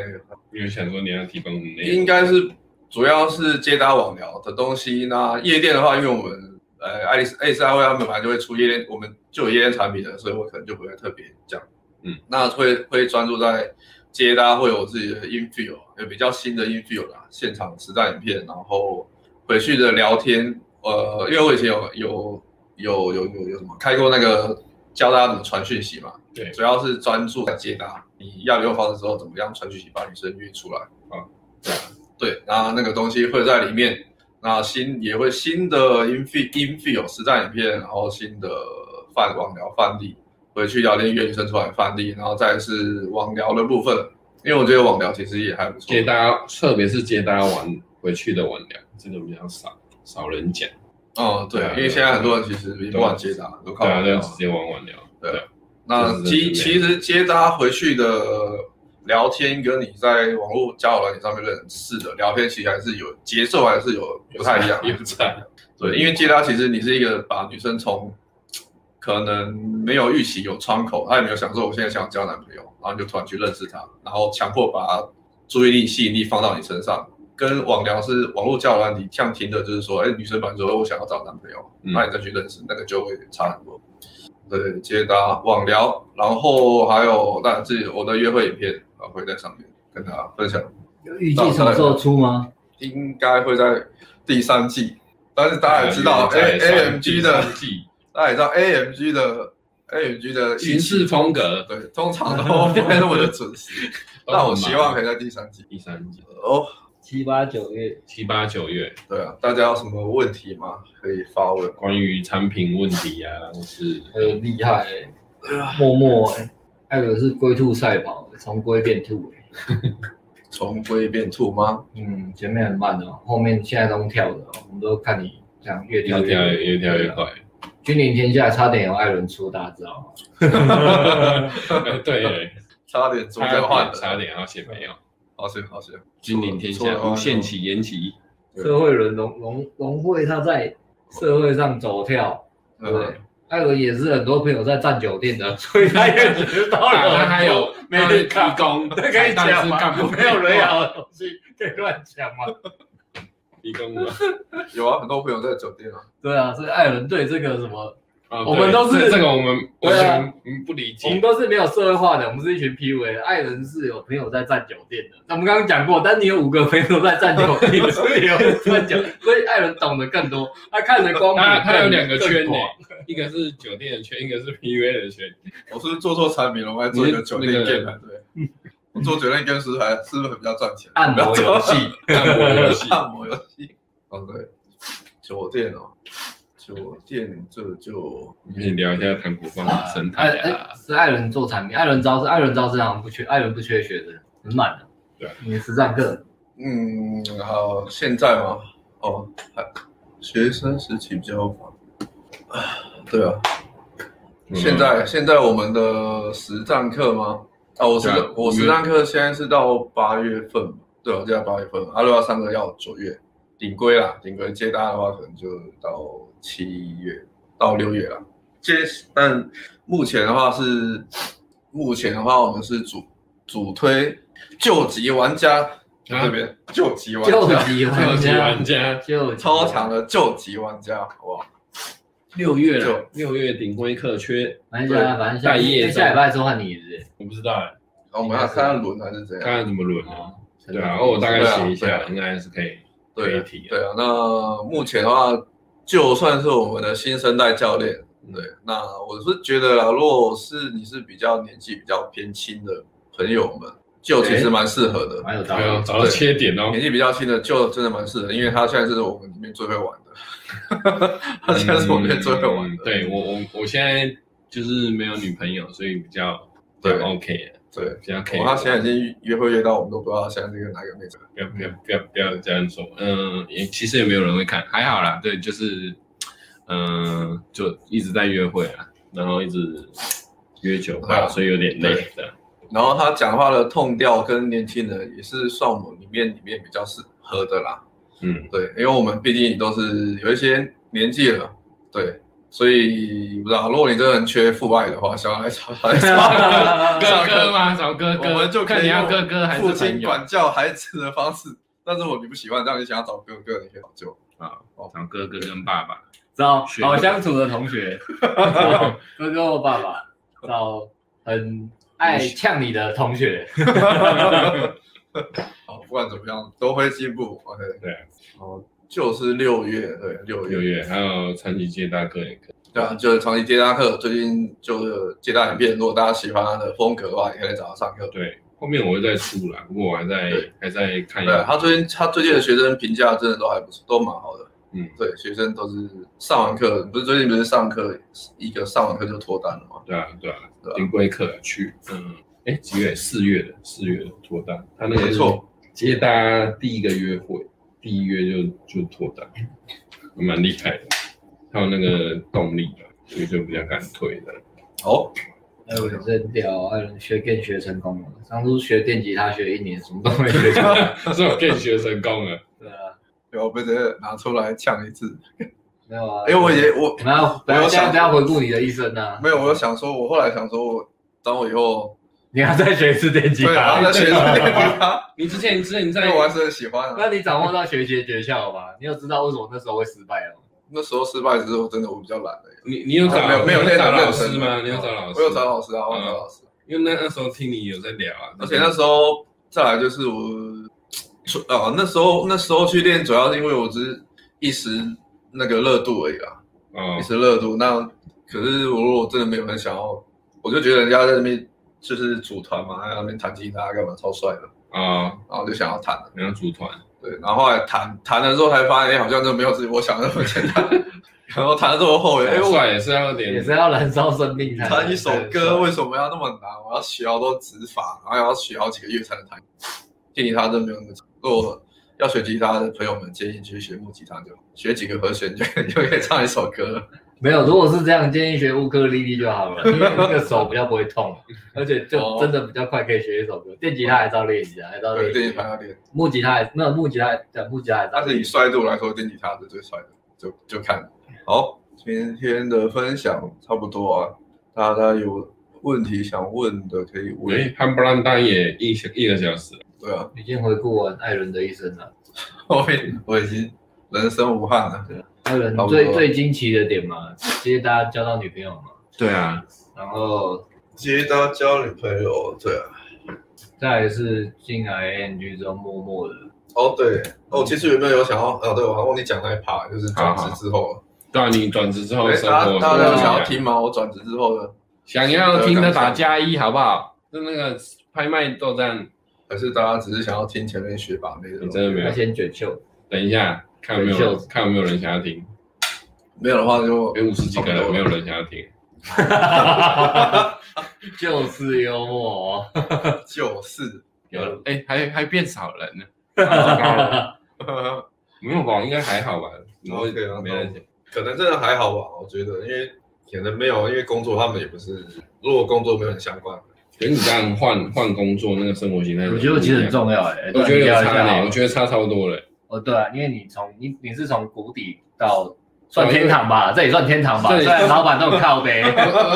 Speaker 2: 因为想说你要提供那
Speaker 1: 应该是主要是接搭网聊的东西。那夜店的话，因为我们呃爱丽丝爱丽丝爱会他们本来就会出夜店，我们就有夜店产品的，所以我可能就不会特别讲。
Speaker 2: 嗯，
Speaker 1: 那会会专注在接搭，会有自己的 infeel，有比较新的 infeel 啦，现场实战影片，然后回去的聊天。呃，因为我以前有有有有有有什么开过那个教大家怎么传讯息嘛，
Speaker 2: 对
Speaker 1: 主要是专注在接搭，你要用方式之后怎么样传讯息把女生约出来。啊对，那那个东西会在里面，那新也会新的 infi infi 有实战影片，然后新的泛网聊范例，回去聊天约女生出来的范例，然后再是网聊的部分，因为我觉得网聊其实也还不错
Speaker 2: 接。搭，特别是接搭完回去的晚聊，真的比较少少人讲。
Speaker 1: 哦、对
Speaker 2: 对啊，
Speaker 1: 因为现在很多人其实也不管接搭，都靠
Speaker 2: 对啊，
Speaker 1: 网
Speaker 2: 就
Speaker 1: 聊。
Speaker 2: 直接玩晚聊。
Speaker 1: 对
Speaker 2: 对，
Speaker 1: 那其
Speaker 2: 就是
Speaker 1: 其实接搭回去的聊天，跟你在网络交友软件上面认识的聊天，其实还是有节奏还是有不太一样，
Speaker 2: *laughs* 有差。
Speaker 1: 对，因为接搭其实你是一个把女生从可能没有预期有窗口，她也没有想说我现在想交男朋友，然后你就突然去认识她，然后强迫把她注意力、吸引力放到你身上。跟网聊是网络交友软体，像听的就是说，哎，女生本来说哎我想要找男朋友，
Speaker 2: 嗯
Speaker 1: 那你再去认识，那个就会差很多。对，接搭网聊，然后还有那自己我的约会影片啊，会在上面跟大家分享。
Speaker 3: 预计什么时候出吗？
Speaker 1: 应该会在第三季，但是大家也知道
Speaker 2: 哎
Speaker 1: A
Speaker 2: 在上
Speaker 1: A M G 的
Speaker 2: 第，三季
Speaker 1: 大家也知道 A M G 的 A M G 的
Speaker 2: 行事风格，
Speaker 1: 对，通常都不会那么的准时。
Speaker 2: *laughs*
Speaker 1: 但我希望可以在第三季。
Speaker 2: 第三季
Speaker 1: 哦，
Speaker 3: 七八九月，
Speaker 2: 七八九月，
Speaker 1: 对啊，大家有什么问题吗？可以发问。
Speaker 2: 关于产品问题啊，或是
Speaker 3: 很厉害、欸，默默哎、还有是龟兔赛跑，从龟变兔、欸。
Speaker 1: 从龟变兔吗？
Speaker 3: 嗯，前面很慢的、哦，后面现在都用跳的、哦，我们都看你这样越
Speaker 2: 越
Speaker 3: 跳
Speaker 2: 跳
Speaker 3: 越。
Speaker 2: 越跳越
Speaker 1: *laughs*
Speaker 2: 快。
Speaker 3: 君临天下差点有艾伦出，大家知道吗？
Speaker 2: 对，
Speaker 1: 差点中间换
Speaker 2: 差
Speaker 1: 了。
Speaker 2: 差点，好险没有。
Speaker 1: 好险，好险。
Speaker 2: 君临天
Speaker 1: 错了
Speaker 2: 下，
Speaker 1: 错了
Speaker 2: 无限期延期。
Speaker 1: 对
Speaker 3: 社会人融融融会，他在社会上走跳，对不对
Speaker 1: 嗯，？
Speaker 3: 艾伦也是很多朋友在占酒店的， *laughs* 所以他也知道
Speaker 2: 当
Speaker 3: 了。
Speaker 2: 然还啊
Speaker 3: *laughs*
Speaker 2: 有
Speaker 3: 没人
Speaker 2: 提
Speaker 3: 看，
Speaker 2: 供，
Speaker 3: 这可以
Speaker 2: 但
Speaker 3: 讲
Speaker 2: 是
Speaker 3: 吗
Speaker 2: 干？部
Speaker 3: 没有人要的东西可以乱讲吗？
Speaker 2: 提供吗？
Speaker 1: 有啊，很多朋友在酒店啊。
Speaker 3: 对啊，所以艾伦对这个什么，
Speaker 2: *laughs* 啊
Speaker 3: 我们
Speaker 2: 对
Speaker 3: 都是
Speaker 2: 这这个我们我
Speaker 3: 对啊
Speaker 2: 们嗯不理
Speaker 3: 我
Speaker 2: 解。
Speaker 3: 们都是没有社会化的，我们是一群 PUA 的。艾伦是有朋友在占酒店的，那我们刚刚讲过，丹尼有五个朋友在占酒
Speaker 1: *laughs*
Speaker 3: 店， *laughs* 所以有占酒，所以艾伦懂得更多，他看的光
Speaker 2: *laughs*
Speaker 3: 谱
Speaker 2: 他他有
Speaker 3: 更
Speaker 2: 两个圈
Speaker 3: 更
Speaker 2: 呢
Speaker 3: 广，
Speaker 2: 一个是酒店的圈，一个是 PUA 的 *laughs* 圈。
Speaker 1: 我是不是做错产品了，我还做一个酒店
Speaker 2: 你是
Speaker 1: game *laughs* 对。我做酒店 game 是不是还是不是比较赚钱？
Speaker 3: 按摩
Speaker 1: *laughs*
Speaker 3: 游戏，
Speaker 2: *laughs* 按摩游戏
Speaker 1: 按摩游戏。哦，对，酒店哦，酒店这就
Speaker 2: 我们可以聊一下糖果棒的生态
Speaker 3: 艾
Speaker 2: 啊
Speaker 3: 哎，，是艾伦做产品，艾伦招是艾伦招是好像不缺，艾伦不缺学生，很满的。
Speaker 2: 对，
Speaker 3: 你实战
Speaker 2: *laughs*
Speaker 3: 课
Speaker 1: 嗯，好，现在吗？哦，还学生时期比较忙。啊对啊，
Speaker 2: 嗯
Speaker 1: 现在现在我们的实战课吗？啊，我实
Speaker 2: 对啊
Speaker 1: 我实战课现在是到八月份，对啊，现在八月份，阿六要上课要九月，顶规啦，顶规接单的话可能就到七月到六月啦。接但目前的话是， *sniffs* 目前的话我们是主主推救急玩家这边啊救急玩
Speaker 3: 救
Speaker 1: 家
Speaker 3: 急
Speaker 2: 超
Speaker 3: 玩
Speaker 2: 级
Speaker 3: 家
Speaker 2: 玩，家，
Speaker 3: 救急
Speaker 1: 超强，的救急玩家，好不好？
Speaker 2: 六月了
Speaker 1: 就，
Speaker 2: 六月顶规课缺，
Speaker 3: 反正现在反正下
Speaker 2: 待业
Speaker 3: 哎下礼拜是换你是不是？
Speaker 2: 我不知道哎，
Speaker 1: 我们要看看轮还是怎样
Speaker 2: 看。看怎么轮啊。
Speaker 3: 哦
Speaker 2: 对啊，然后我大概写一
Speaker 1: 对
Speaker 2: 下，
Speaker 1: 啊
Speaker 2: 应该是可以可
Speaker 1: 对
Speaker 2: 以
Speaker 1: 啊
Speaker 2: 提啊。
Speaker 1: 对啊，那目前的话，就算是我们的新生代教练，
Speaker 2: 嗯
Speaker 1: 对，那我是觉得啦，如果是你是比较年纪比较偏轻的朋友们，就其实蛮适合的。
Speaker 3: 蛮有道
Speaker 2: 哎呦，
Speaker 3: 理。
Speaker 2: 找到缺点哦
Speaker 1: 年。纪比较轻的就真的蛮适合，因为他现在是我们里面最会玩的， *laughs* 他现在是我们里面最会玩
Speaker 2: 嗯
Speaker 1: 的。
Speaker 2: 对我我我现在就是没有女朋友，所以比较比较
Speaker 1: 对
Speaker 2: OK，啊
Speaker 1: 对，
Speaker 2: 比较可以。
Speaker 1: 我他现在已经约会约到，我们都不知道他现在是跟哪个妹子。
Speaker 2: 不要不要不要不要这样说，嗯，也其实也没有人会看，还好啦，对，就是，嗯、就一直在约会啊，然后一直约酒吧，
Speaker 1: 啊
Speaker 2: 所以有点累
Speaker 1: 对
Speaker 2: 的。
Speaker 1: 然后他讲话的痛调跟年轻人也是算我们里面里面比较适合的啦。
Speaker 2: 嗯，
Speaker 1: 对，因为我们毕竟都是有一些年纪了，对，所以不知道，如果你真的很缺父爱的话，想要来找来找，
Speaker 3: *laughs*
Speaker 1: *laughs*
Speaker 2: 哥哥吗？找 *laughs* 哥
Speaker 1: 啊我
Speaker 2: 哥，
Speaker 1: 们就可以
Speaker 2: 看你要哥哥还
Speaker 1: 父
Speaker 2: 是
Speaker 1: 亲
Speaker 2: 朋友？
Speaker 1: 管教孩子的方式。但是如果你不喜欢，让你想要找哥哥，你可以找舅。
Speaker 2: 找哥哥跟爸爸，
Speaker 3: 找
Speaker 2: 学
Speaker 3: 好相处的同学， *laughs* 找哥哥或爸爸，找很爱呛你的同学。
Speaker 1: 哦，不管怎么样都会进步。OK，
Speaker 2: 对，
Speaker 1: 哦，就是六月，对，六
Speaker 2: 六
Speaker 1: 月，
Speaker 2: 月还有长期借大哥也可以。
Speaker 1: 对啊，就是长期接搭课，最近就是接搭影片，如果大家喜欢他的风格的话，也可以来找他上课。
Speaker 2: 对，后面我会再出啦，不过我还在
Speaker 1: 对
Speaker 2: 还在看一
Speaker 1: 对啊，
Speaker 2: 下。
Speaker 1: 他最近他最近的学生评价真的都还不错，都蛮好的。
Speaker 2: 嗯，
Speaker 1: 对，学生都是上完课，不是最近不是上课一个上完课就脱单了吗？
Speaker 2: 对啊，对啊
Speaker 1: 对，啊
Speaker 2: 临归课去，嗯，哎，几月？四月的，四月的脱单，他那个
Speaker 1: 没错，
Speaker 2: 接大家第一个约会，第一约就就脱单，蛮厉害的，他有那个动力的，所以就比较敢推的。 *laughs*
Speaker 1: 哦，
Speaker 3: 艾伦真屌，艾伦学电学成功了。当初学电吉他学一年，什么都没 *laughs* 学到。
Speaker 2: 所以我跟你学成功了，
Speaker 3: 对啊，
Speaker 1: 对，我被直接拿出来呛一次。
Speaker 3: 没有啊。
Speaker 1: 因为哎我也我
Speaker 3: 我们要
Speaker 1: 我有
Speaker 3: 等下等下
Speaker 1: 想
Speaker 3: 等下回顾你的一生啊呐。
Speaker 1: 没有，我有想说，我后来想说，我当我以后
Speaker 3: 你要再学一次电吉
Speaker 1: 对，然后
Speaker 3: 他
Speaker 1: 再。学 *laughs*
Speaker 2: 啊
Speaker 1: 他，
Speaker 2: 你之前之前
Speaker 1: 因
Speaker 2: 在
Speaker 1: 为我还是很喜欢
Speaker 3: *laughs* 那
Speaker 1: 啊。
Speaker 3: 你掌握到学习的诀窍了吧？你有知道为什么那时候会失败了吗？
Speaker 1: 那时候失败只是我真的我比较懒而已。
Speaker 2: 你你有找
Speaker 1: 啊没有没有
Speaker 2: 你
Speaker 1: 那
Speaker 2: 找
Speaker 1: 种
Speaker 2: 老
Speaker 1: 认
Speaker 2: 师
Speaker 1: 真的
Speaker 2: 吗？你有找老师？嗯
Speaker 1: 我有找，老师啊，我有找老师。
Speaker 2: 因为那那时候听你有在聊啊，
Speaker 1: 而且那时候再来就是我，出啊，那时候那时候去练，主要是因为我只是一时那个热度而已啊啦，
Speaker 2: 哦
Speaker 1: 一时热度。那可是我如果真的没有很想要，我就觉得人家在那边就是组团嘛，在那边弹吉他干嘛，超帅的，
Speaker 2: 哦，
Speaker 1: 然后就想要弹了。
Speaker 2: 然后组团，
Speaker 1: 对，然后后来弹弹了之后才发现，哎、好像真的没有自己我想的那么简单。 *laughs* 然后弹了之后后悔，哎、
Speaker 2: 哎，
Speaker 1: 我
Speaker 2: 我也是要有
Speaker 3: 也
Speaker 2: 点
Speaker 3: 是要燃烧生命才能
Speaker 1: 弹一首歌为什么要那么难？我要学好多指法，然后要学好几个月才能弹。电吉他真的没有那么长，如果要学吉他的朋友们，建议去学木吉他就好，学几个和弦就 *laughs* 就可以唱一首歌了。
Speaker 3: 没有，如果是这样，建议学乌克丽丽就好了，因为那个手比较不会痛，而且就真的比较快可以学一首歌。电吉他还是要练一下，还是要
Speaker 1: 对，
Speaker 3: 练
Speaker 1: 电
Speaker 3: 一
Speaker 1: 吉他
Speaker 3: 下。
Speaker 1: 要练，
Speaker 3: 木吉他还没有木吉他，对木吉他还是要
Speaker 1: 但是以
Speaker 3: 练。
Speaker 1: 帅度来说，电吉他是最帅的，就就看。好，今天的分享差不多啊，大家有问题想问的可以问。
Speaker 2: 喂，汉布兰丹也一小一个小时了，
Speaker 1: 对啊， *laughs*
Speaker 3: 已经回顾完艾伦的一生啊了。
Speaker 1: 我已我已经人生无憾了。
Speaker 3: 艾伦
Speaker 1: 差不多
Speaker 3: 最最惊奇的点嘛，接大家交到女朋友嘛，
Speaker 2: 对啊，
Speaker 3: 然后
Speaker 1: 接到交女朋友，对啊。
Speaker 3: 再来是进来 NG 之后默默的，
Speaker 1: 哦，对，哦，其实原本有想要，啊，对，我还忘记讲那一趴，就是转职之后，
Speaker 2: 对啊，你转职之后
Speaker 1: 对
Speaker 2: 的生活
Speaker 1: 大家
Speaker 2: 怎么
Speaker 1: 大家有想要
Speaker 2: 样？
Speaker 1: 听吗？我转职之后的，
Speaker 2: 想要听的打加一好不好？就那个拍卖斗战，
Speaker 1: 还是大家只是想要听前面学把妹
Speaker 2: 你
Speaker 1: 的？
Speaker 2: 真的没
Speaker 3: 他
Speaker 2: 有？
Speaker 3: 先卷袖，
Speaker 2: 等一下，看有没
Speaker 3: 等一
Speaker 2: 有
Speaker 3: 下
Speaker 2: 看有没有人想要听？哎
Speaker 1: 没有的话
Speaker 2: *laughs*
Speaker 1: 就 *laughs*
Speaker 2: 有五十几个
Speaker 3: 哦
Speaker 2: 人，没有人想要听。
Speaker 3: 就是幽默哦。
Speaker 1: 就是，
Speaker 2: 有了，哎、还还变少人
Speaker 3: *laughs*
Speaker 2: 了。糟糕了没有吧？应该还好吧？然后
Speaker 1: OK 啊
Speaker 2: 没人听。
Speaker 1: 可能真的还好吧，我觉得，因为可能没有，因为工作他们也不是，如果工作没有很相关，
Speaker 2: 可是你这样换换工作，那个生活形态，
Speaker 3: 我觉得其实很，重要哎、欸，
Speaker 2: 我觉得有
Speaker 3: 要
Speaker 2: 差呢、我觉得差超多了、
Speaker 3: 哦，对啊，因为你从你你是从谷底到算天堂吧，这也算天堂吧。
Speaker 2: 这
Speaker 3: 虽
Speaker 2: 里
Speaker 3: 然老板都很
Speaker 1: *laughs*
Speaker 3: 靠背，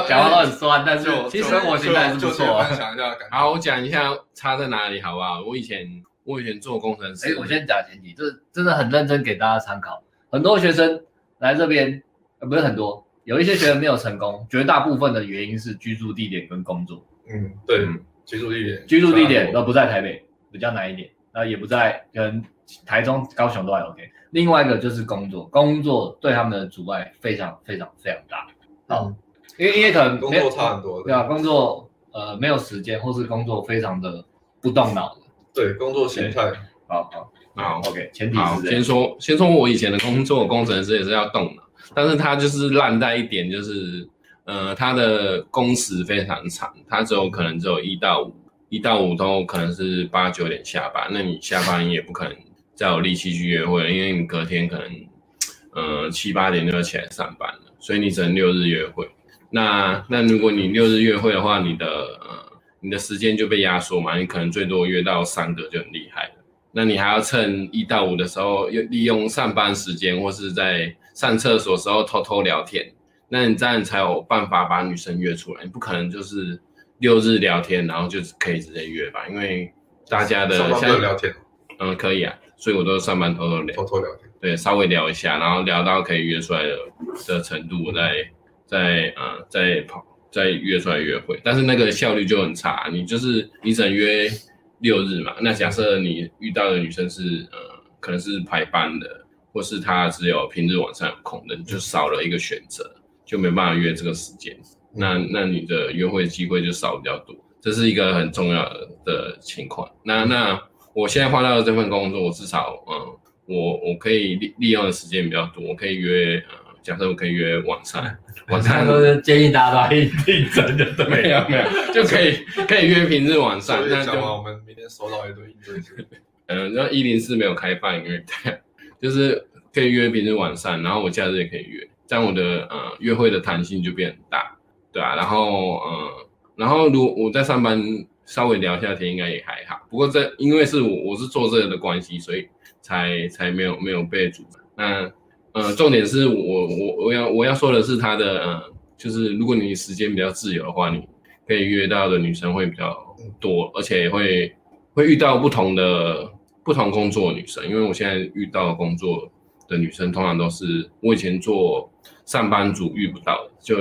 Speaker 3: 讲话都很酸，但是
Speaker 1: 就
Speaker 3: 其实生活形态是不
Speaker 1: 就就
Speaker 3: 错啊
Speaker 1: 分。享一下感觉。
Speaker 2: 好，我讲一下差在哪里好不好？我以前我以前做工程师，
Speaker 3: 哎，我先讲前提，这真的很认真给大家参考。很多学生来这边，呃，不是很多，有一些学生没有成功，绝大部分的原因是居住地点跟工作。
Speaker 1: 嗯，对
Speaker 2: 嗯，
Speaker 1: 居住地点，
Speaker 3: 居住地点都不在台北，比较难一点，那也不在跟台中、高雄都还 OK。另外一个就是工作，工作对他们的阻碍非常非常非常大。哦，因为因为可能
Speaker 1: 嗯工
Speaker 3: 没有
Speaker 1: 作差很多，
Speaker 3: 对啊，工作呃没有时间，或是工作非常的不动脑的。
Speaker 1: 对，工作形态，
Speaker 3: 好好
Speaker 2: 好
Speaker 3: OK，前提
Speaker 2: 好，
Speaker 3: 是这
Speaker 2: 先
Speaker 3: 样。
Speaker 2: 说先说我以前的工作，工程师也是要动脑，但是他就是烂在一点，就是呃，他的工时非常长，他只有可能只有一到五，一到五都可能是八九点下班，那你下班你也不可能再有力气去约会了，因为你隔天可能呃七八点就要起来上班了，所以你只能六日约会。那那如果你六日约会的话，你的呃你的时间就被压缩嘛，你可能最多约到三个就很厉害了。那你还要趁一到五的时候，又利用上班时间或是在上厕所的时候偷偷聊天，那你这样才有办法把女生约出来。你不可能就是六日聊天，然后就可以直接约吧？因为大家的
Speaker 1: 上班不能聊天，
Speaker 2: 嗯，可以啊，所以我都上班偷偷聊。
Speaker 1: 偷偷聊天。
Speaker 2: 对，稍微聊一下，然后聊到可以约出来的的程度，再再呃再跑再约出来约会，但是那个效率就很差。你就是你只能约六日嘛，那假设你遇到的女生是呃可能是排班的，或是她只有平日晚上有空的，你就少了一个选择，就没办法约这个时间。那那你的约会机会就少比较多，这是一个很重要的的情况。那那我现在换到这份工作，我至少嗯。呃我我可以利利用的时间比较多，我可以约呃，假设我可以约晚上，
Speaker 3: *laughs*
Speaker 2: 晚
Speaker 3: 他
Speaker 2: 上
Speaker 3: 说是建议大家都来应征的，对
Speaker 2: 没有没有， *laughs* 就可以可以约平日晚
Speaker 1: 所
Speaker 2: 上，
Speaker 1: 以
Speaker 2: 那
Speaker 1: 讲完，我
Speaker 2: 就
Speaker 1: 们明天收到一堆应征信，
Speaker 3: *laughs*
Speaker 2: 嗯，然后一零四没有开放，因为就是可以约平日晚上，然后我假日也可以约，这样我的呃约会的弹性就变很大，对啊，然后呃，然后如果我在上班稍微聊一下天，应该也还好，不过这因为是我我是做这个的关系，所以才才没有没有被阻拦。那呃，重点是我我我要我要说的是他的呃，就是如果你时间比较自由的话，你可以约到的女生会比较多，而且会会遇到不同的不同工作的女生，因为我现在遇到的工作的女生通常都是我以前做上班族遇不到的，就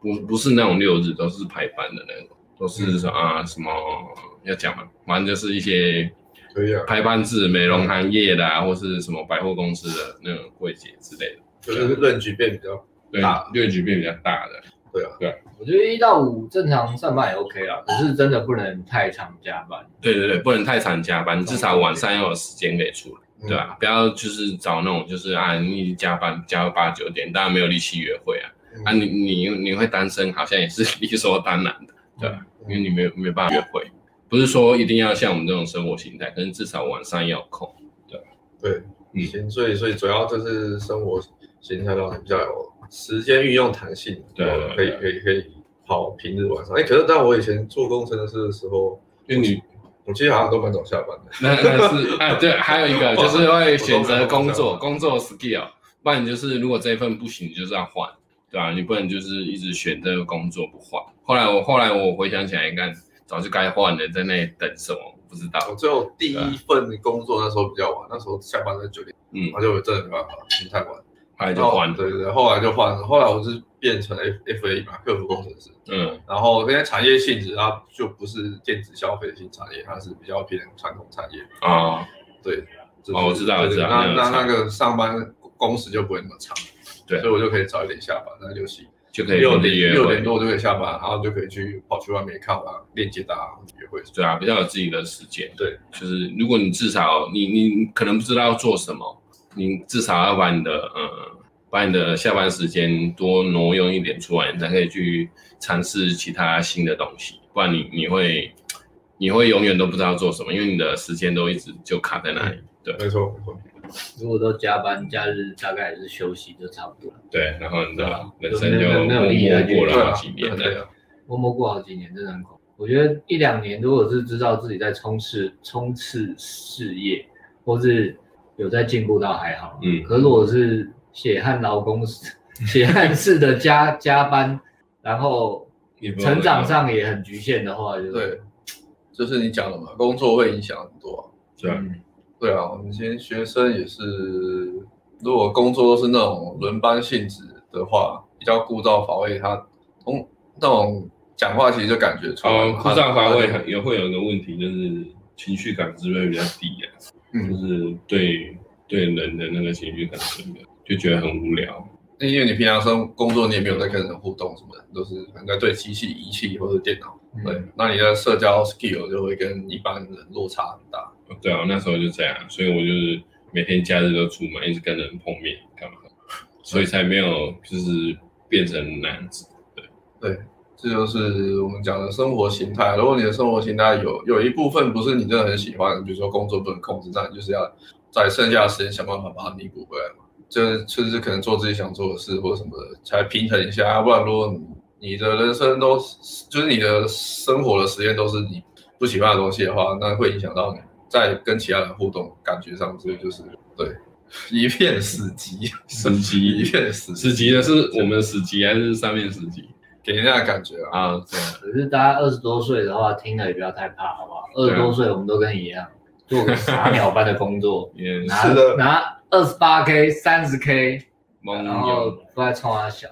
Speaker 2: 不不是那种六日都是排班的那种，都是什么啊什么要讲嘛，反正就是一些
Speaker 1: 可以啊。
Speaker 2: 排班制、美容行业的啊，或是什么百货公司的那种柜姐之类的，
Speaker 3: 啊
Speaker 1: 就是论局变比较
Speaker 2: 对
Speaker 1: 大，
Speaker 2: 略局变比较大的。
Speaker 3: 我觉得一到五正常上班也 OK 啦，可是真的不能太常加班。
Speaker 2: 对对对，不能太常加班，至少晚上要有时间可以出来，
Speaker 1: 嗯
Speaker 2: 哦
Speaker 3: 啊
Speaker 2: 对吧、不要就是找那种就是啊，你加班加到八九点，当然没有力气约会啊。
Speaker 1: 嗯
Speaker 2: 啊，你你你会单身，好像也是 *laughs* 理所当然的，对吧、因为你没有没有办法约会，不是说一定要像我们这种生活形态，可是至少晚上要有空。
Speaker 1: 对，
Speaker 2: 嗯
Speaker 1: 行，所以所以主要就是生活形态让你比较有时间运用弹性，
Speaker 2: 对
Speaker 1: 然后可以可以可以跑平日晚上。哎，可是但我以前做工程师的时候，
Speaker 2: 因为你
Speaker 1: 我记得好像都蛮早下班的。
Speaker 2: *laughs* 那那是啊，对，还有一个就是会选择工
Speaker 1: 我
Speaker 2: 作，
Speaker 1: 都
Speaker 2: 工作 skill，不然你就是如果这一份不行，你就是要换，对吧、你不能就是一直选这个工作不换。后来我后来我回想起来，你看早就该换了，在那里等什么？不知道。
Speaker 1: 我最后第一份工作那时候比较晚，那时候下班在九点，
Speaker 2: 啊嗯
Speaker 1: 然后就真的没办法，太晚，
Speaker 2: 后来就换了。
Speaker 1: 哦对对对，后来就换，了，后来我是变成 F F A 嘛，客服工程师。
Speaker 2: 嗯
Speaker 1: 然后因为产业性质，它就不是电子消费型产业，它是比较偏传统产业。
Speaker 2: 啊，
Speaker 1: 就是
Speaker 2: 哦我知道
Speaker 1: 对
Speaker 2: 我知道
Speaker 1: 那
Speaker 2: 那
Speaker 1: 那
Speaker 2: 个
Speaker 1: 那个上班工时就不会那么长，
Speaker 2: 对
Speaker 1: 所以我就可以早一点下班，那就行。
Speaker 2: 就可以
Speaker 1: 六
Speaker 2: 跟自己
Speaker 1: 点
Speaker 2: 约
Speaker 1: 六点
Speaker 2: 会，
Speaker 1: 多就可以下班，然后就可以去跑去外面看啊，链接搭约会。
Speaker 2: 对啊，比较有自己的时间。
Speaker 1: 对，
Speaker 2: 就是如果你至少你你可能不知道要做什么，你至少要把你的呃把你的下班时间多挪用一点出来，你才可以去尝试其他新的东西，不然你你会你会永远都不知道做什么，因为你的时间都一直就卡在那里。
Speaker 1: 没错没错，
Speaker 3: 如果都加班，假日大概也是休息就差不多了。
Speaker 2: 对，然后你
Speaker 3: 对
Speaker 2: 的
Speaker 3: 啊
Speaker 2: 人生就
Speaker 3: 那那那有
Speaker 2: 默
Speaker 3: 意义
Speaker 2: 默
Speaker 3: 啊
Speaker 2: 过
Speaker 3: 对
Speaker 2: 了
Speaker 1: 啊
Speaker 2: 好几年
Speaker 1: 对
Speaker 2: 了。
Speaker 1: 啊，
Speaker 3: 默默过好几年，真的很恐怖。我觉得一两年，如果是知道自己在冲刺冲刺事业，或是有在进步，倒还好。
Speaker 2: 嗯，
Speaker 3: 可是我是血汗劳工， *laughs* 血汗式的加加班，然后
Speaker 2: 也不啊
Speaker 3: 成长上也很局限的话，就是
Speaker 1: 对，就是你讲的嘛，工作会影响很多啊、
Speaker 2: 对啊，
Speaker 3: 嗯
Speaker 1: 对啊，我们今天学生也是，如果工作都是那种轮班性质的话，比较枯燥乏味，他通那种讲话其实就感觉出来
Speaker 2: 哦
Speaker 1: 了，，
Speaker 2: 枯燥乏味
Speaker 1: 他
Speaker 2: 很也会有一个问题，就是情绪感知会比较低啊。就
Speaker 1: 嗯，
Speaker 2: 是对对人的那个情绪感受的，就觉得很无聊。
Speaker 1: 因为你平常生工作你也没有在跟人互动什么的，都是可能在对机器、仪器或者电脑，对，那你的社交 skill 就会跟一般人落差很大。
Speaker 2: 对啊，那时候就这样，所以我就是每天假日都出门，一直跟人碰面干嘛，所以才没有就是变成那样子。
Speaker 1: 这就是我们讲的生活形态。如果你的生活形态有有一部分不是你真的很喜欢的，比如说工作不能控制，那你就是要在剩下的时间想办法把它弥补回来嘛。就是就是可能做自己想做的事或什么的，才平衡一下。要不然如果你你的人生都就是你的生活的时间都是你不喜欢的东西的话，那会影响到你在跟其他人互动感觉上，所以就是对一片死寂，
Speaker 2: 死寂
Speaker 1: 一片死寂，
Speaker 2: 死级的是我们死级还是上面死级
Speaker 1: 给人家的感觉啊，
Speaker 2: 啊？这样
Speaker 3: 可是大家二十多岁的话，听了也不要太怕，好不好？二
Speaker 2: 对啊，
Speaker 3: 十多岁我们都跟你一样，做个傻鸟般的工作
Speaker 2: 也
Speaker 3: 拿
Speaker 1: 是的
Speaker 3: 拿二十八 k、三十 k，
Speaker 2: 蒙
Speaker 3: 然后
Speaker 2: 有，
Speaker 3: 都在冲他小。